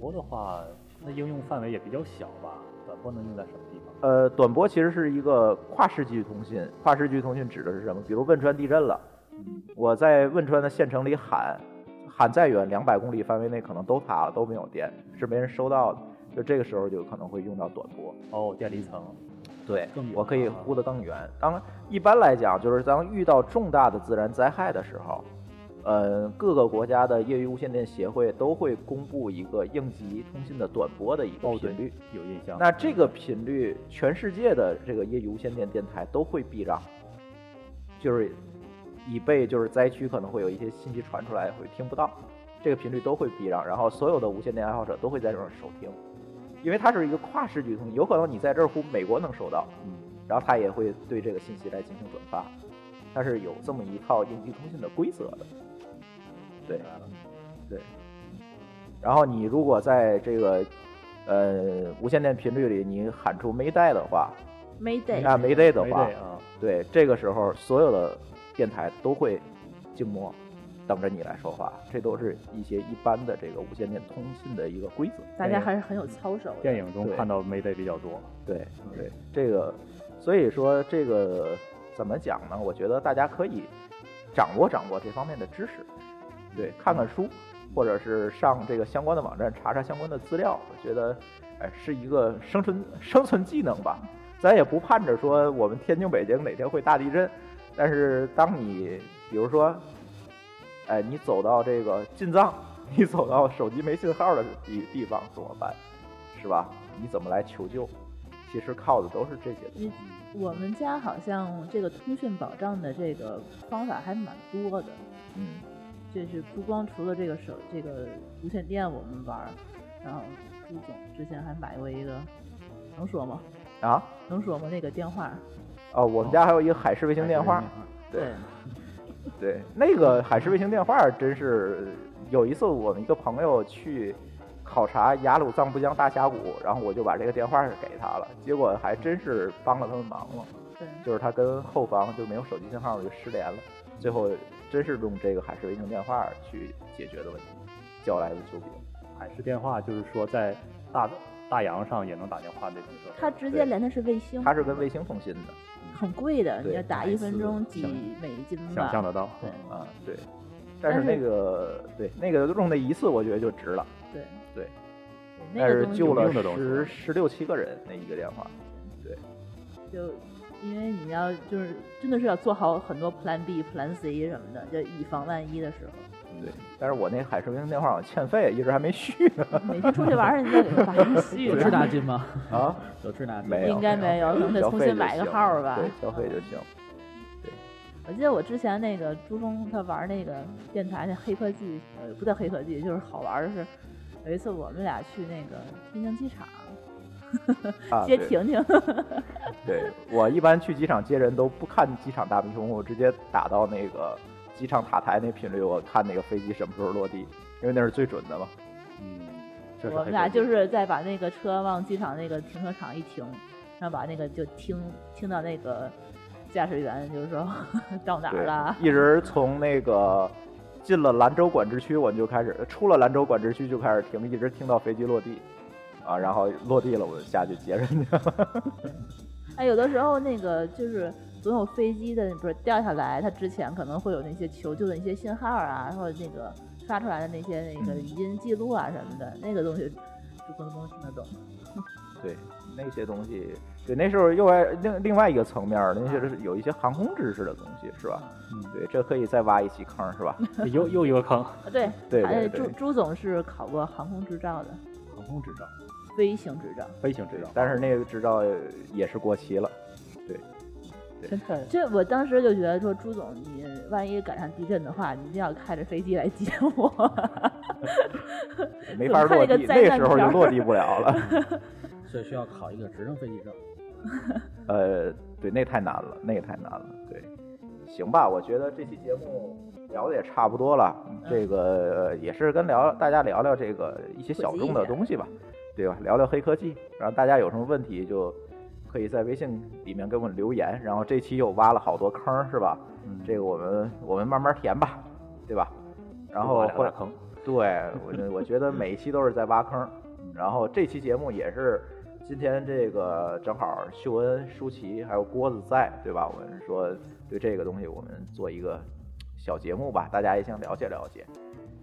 F: 波的话，那应用范围也比较小吧？短波能用在什么地方？
C: 呃，短波其实是一个跨市区通信，跨市区通信指的是什么？比如汶川地震了，嗯我在汶川的县城里喊，喊再远，两百公里范围内可能都塌了，都没有电，是没人收到的。就这个时候就可能会用到短波，
F: 哦，电离层，
C: 对
F: 更远
C: 我可以
F: 啊
C: 呼得更远。当然，一般来讲，就是当遇到重大的自然灾害的时候，呃，各个国家的业余无线电协会都会公布一个应急通信的短波的一个
F: 哦对
C: 嗯频率。
F: 有印象。
C: 那这个频率，全世界的这个业余无线电电台都会避让，就是以备就是灾区可能会有一些信息传出来会听不到，这个频率都会避让，然后所有的无线电爱好者都会在这儿收听，因为它是一个跨市区通信，有可能你在这儿呼美国能收到，
F: 嗯，
C: 然后它也会对这个信息来进行转发，它是有这么一套应急通信的规则的，对。
F: 明白了
C: 然后你如果在这个呃无线电频率里你喊出没带的话，
E: Mayday，
C: 啊没带的
F: 没
C: 话
F: 对，啊，
C: 对，这个时候所有的电台都会静默，等着你来说话。这都是一些一般的这个无线电通信的一个规则。
E: 大家还是很有操守的。
F: 电影中
C: 对
F: 看到没对比较多。
C: 对对，这个，所以说这个怎么讲呢？我觉得大家可以掌握掌握这方面的知识，对，看看书，或者是上这个相关的网站查查相关的资料。我觉得，哎，是一个生存生存技能吧。咱也不盼着说我们天津、北京哪天会大地震，但是当你比如说，哎，你走到这个进藏，你走到手机没信号的地地方怎么办？是吧？你怎么来求救？其实靠的都是这些东西
E: 你。我们家好像这个通讯保障的这个方法还蛮多的，
C: 嗯，
E: 就是不光除了这个手这个无线电我们玩儿，然后朱总之前还买过一个，能说吗？
C: 啊，
E: 能说吗？那个电话，
C: 哦，我们家还有一个海事卫星电啊话，对，对，那个海事卫星电话真是有一次我们一个朋友去考察雅鲁藏布江大峡谷，然后我就把这个电话给他了，结果还真是帮了他们忙了，
E: 对，
C: 就是他跟后方就没有手机信号就失联了，最后真是用这个海事卫星电话去解决的问题，叫来的救兵。
F: 海事电话就是说在大大洋上也能打电话那种设备。
E: 它直接连的是卫星，
C: 它是跟卫星通信的
E: 很贵的，
C: 对
E: 你要打
C: 每
E: 一分
C: 次
E: 钟几
C: 想
E: 美金
F: 想
E: 吧
F: 象。得 到，
E: 对
C: 啊，对，但是
E: 但是
C: 那个对那个用那一次我觉得就值了，
E: 对
C: 对，
E: 那
C: 但
E: 个
C: 是
E: 东西
C: 救了
F: 有用的东西
C: 十十六七个人那一个电话。
E: 就因为你要就是真的是要做好很多 Plan B、Plan C 什么的，就以防万一的时候，
C: 对，但是我那海事卫星电话好像欠费，一直还没续呢。
E: 每天出去玩儿你就给它 打上续
D: 有滞纳金吗？
C: 啊，
D: 有滞 纳金？
C: 没有，
E: 应该没有可能得
C: 交
E: 重
C: 费
E: 新
C: 就
E: 买个
C: 行
E: 号儿吧
C: 对，交费就行。
E: 我记得我之前那个初中他玩那个电台那黑科技，呃，不叫黑科技，就是好玩儿的是，有一次我们俩去那个天津机场、
C: 啊，
E: 接
C: 对
E: 婷婷，
C: 对我一般去机场接人都不看机场大屏幕，我直接打到那个机场塔台那频率，我看那个飞机什么时候落地，因为那是最准的嘛。
F: 嗯，这是
E: 我
F: 很
E: 们俩
F: 神奇
E: 就是在把那个车往机场那个停车场一停，然后把那个就听听到那个驾驶员就是说 到哪儿了，
C: 对，一直从那个进了兰州管制区，我们就开始出了兰州管制区就开始停，一直听到飞机落地，啊，然后落地了我就下去接人家。
E: 哎，有的时候那个就是总有飞机的，不是掉下来，它之前可能会有那些求救的一些信号啊，或者那个刷出来的那些那个语音记录啊什么的，那个东西就不能听得懂。
C: 对，那些东西，对，那时候又爱另另外一个层面儿，那些是有一些航空知识的东西，是吧？
F: 嗯
C: 对，这可以再挖一期坑，是
E: 嗯
C: 吧？
F: 又又一个 坑，
E: 啊，对，
C: 对
E: 还
C: 对
E: 有朱
C: 对
E: 朱总是考过航空执照的，
F: 航空执照、
E: 飞行执照。
F: 飞行
C: 对
F: 执照，，
C: 但是那个执照也是过期 了。
F: 现在
E: 这我当时就觉得说，朱总，你万一赶上地震的话，你一定要开着飞机来接我。
C: 没法落
E: 怎
C: 地
E: 么，看那个灾
C: 那
E: 难
C: 时候
E: 片
C: 就
E: 儿
C: 落地不了了。
D: 所以需要考一个直升飞机证。
F: 嗯
C: 呃，对，那太难了，那个太难了。对，行吧，我觉得这期节目聊的也差不多了，
F: 嗯
C: 这个、呃也是跟聊大家聊聊这个一些小众的东西吧，对吧？聊聊黑科技，然后大家有什么问题就可以在微信里面给我们留言。然后这期又挖了好多坑，是吧？
F: 嗯
C: 这个我们我们慢慢填吧，对吧？然后
F: 挖两
C: 或
F: 大
C: 者
F: 坑，
C: 对我觉得我觉得每一期都是在挖坑儿，然后这期节目也是今天这个正好秀恩、舒淇还有郭子在，对吧？我们说对这个东西我们做一个小节目吧，大家也想了解了解。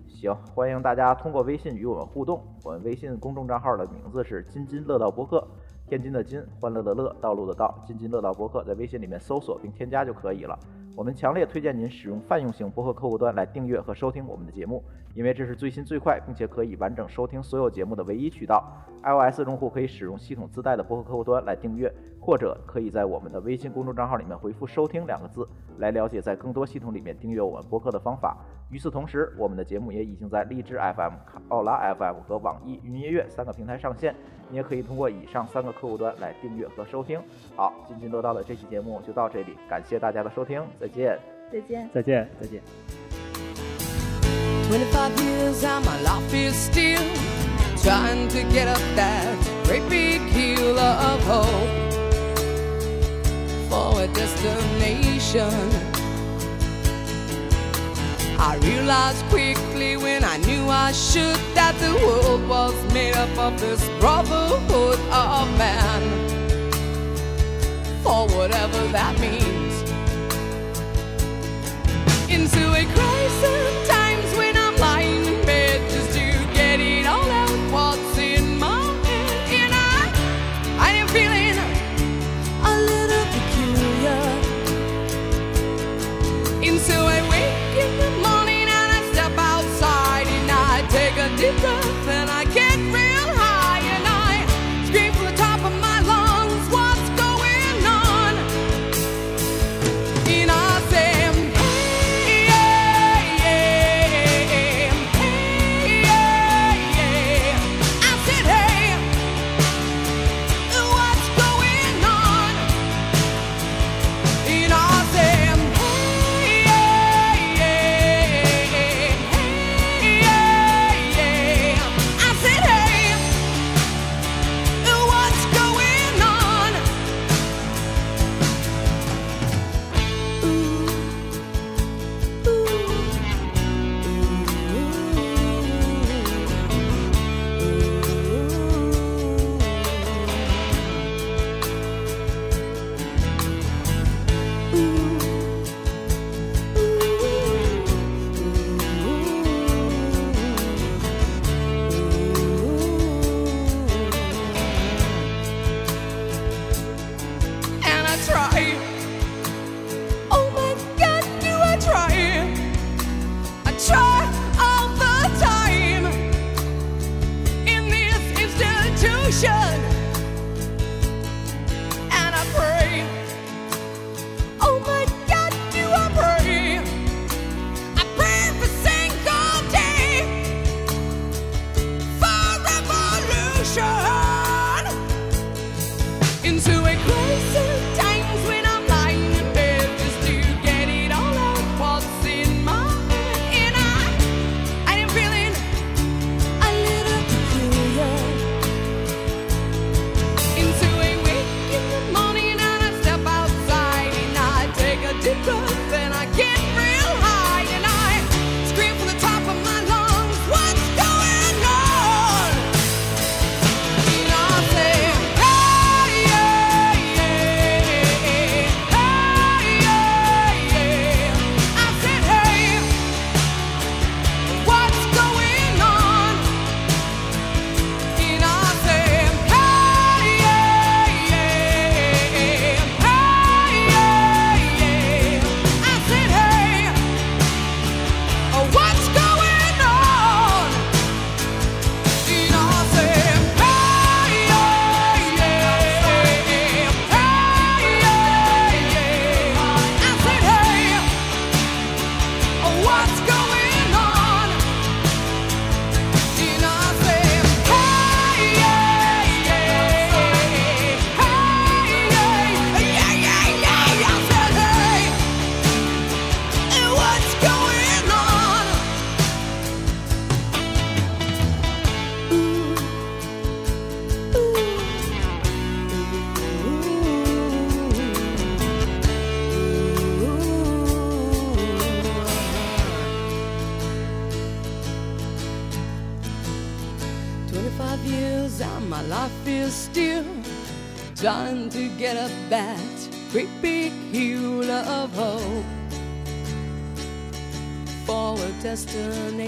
C: 行，欢迎大家通过微信与我们互动，我们微信公众账号的名字是“津津乐道播客”。天津的津，欢乐的乐，道路的道，津津乐道播客，在微信里面搜索并添加就可以了。我们强烈推荐您使用泛用型播客客户端来订阅和收听我们的节目，因为这是最新最快，并且可以完整收听所有节目的唯一渠道。iOS 用户可以使用系统自带的播客客户端来订阅，或者可以在我们的微信公众账号里面回复“收听”两个字，来了解在更多系统里面订阅我们播客的方法。与此同时，我们的节目也已经在荔枝 FM、奥拉 FM 和网易云音乐三个平台上线，你也可以通过以上三个客户端来订阅和收听。好，津津乐道的这期节目就到这里，感谢大家的收听，再见。
E: 再见。
F: 再见。
D: 再见。
G: 25 years and my life is still trying to get up that great big hill of hope for a destination. I realized quickly when I knew I should that the world was made up of this brotherhood of man, or whatever that means into a crisis times when I'm lying in bed just to get it all out what's in my head and I I am feeling a little peculiar and so I wake in the morning and I step outside and I take a deep breath and I get real high and I scream from the top of my lungs what's going on Oh Oh my life is still trying to get up that great big hill of hope for a destination.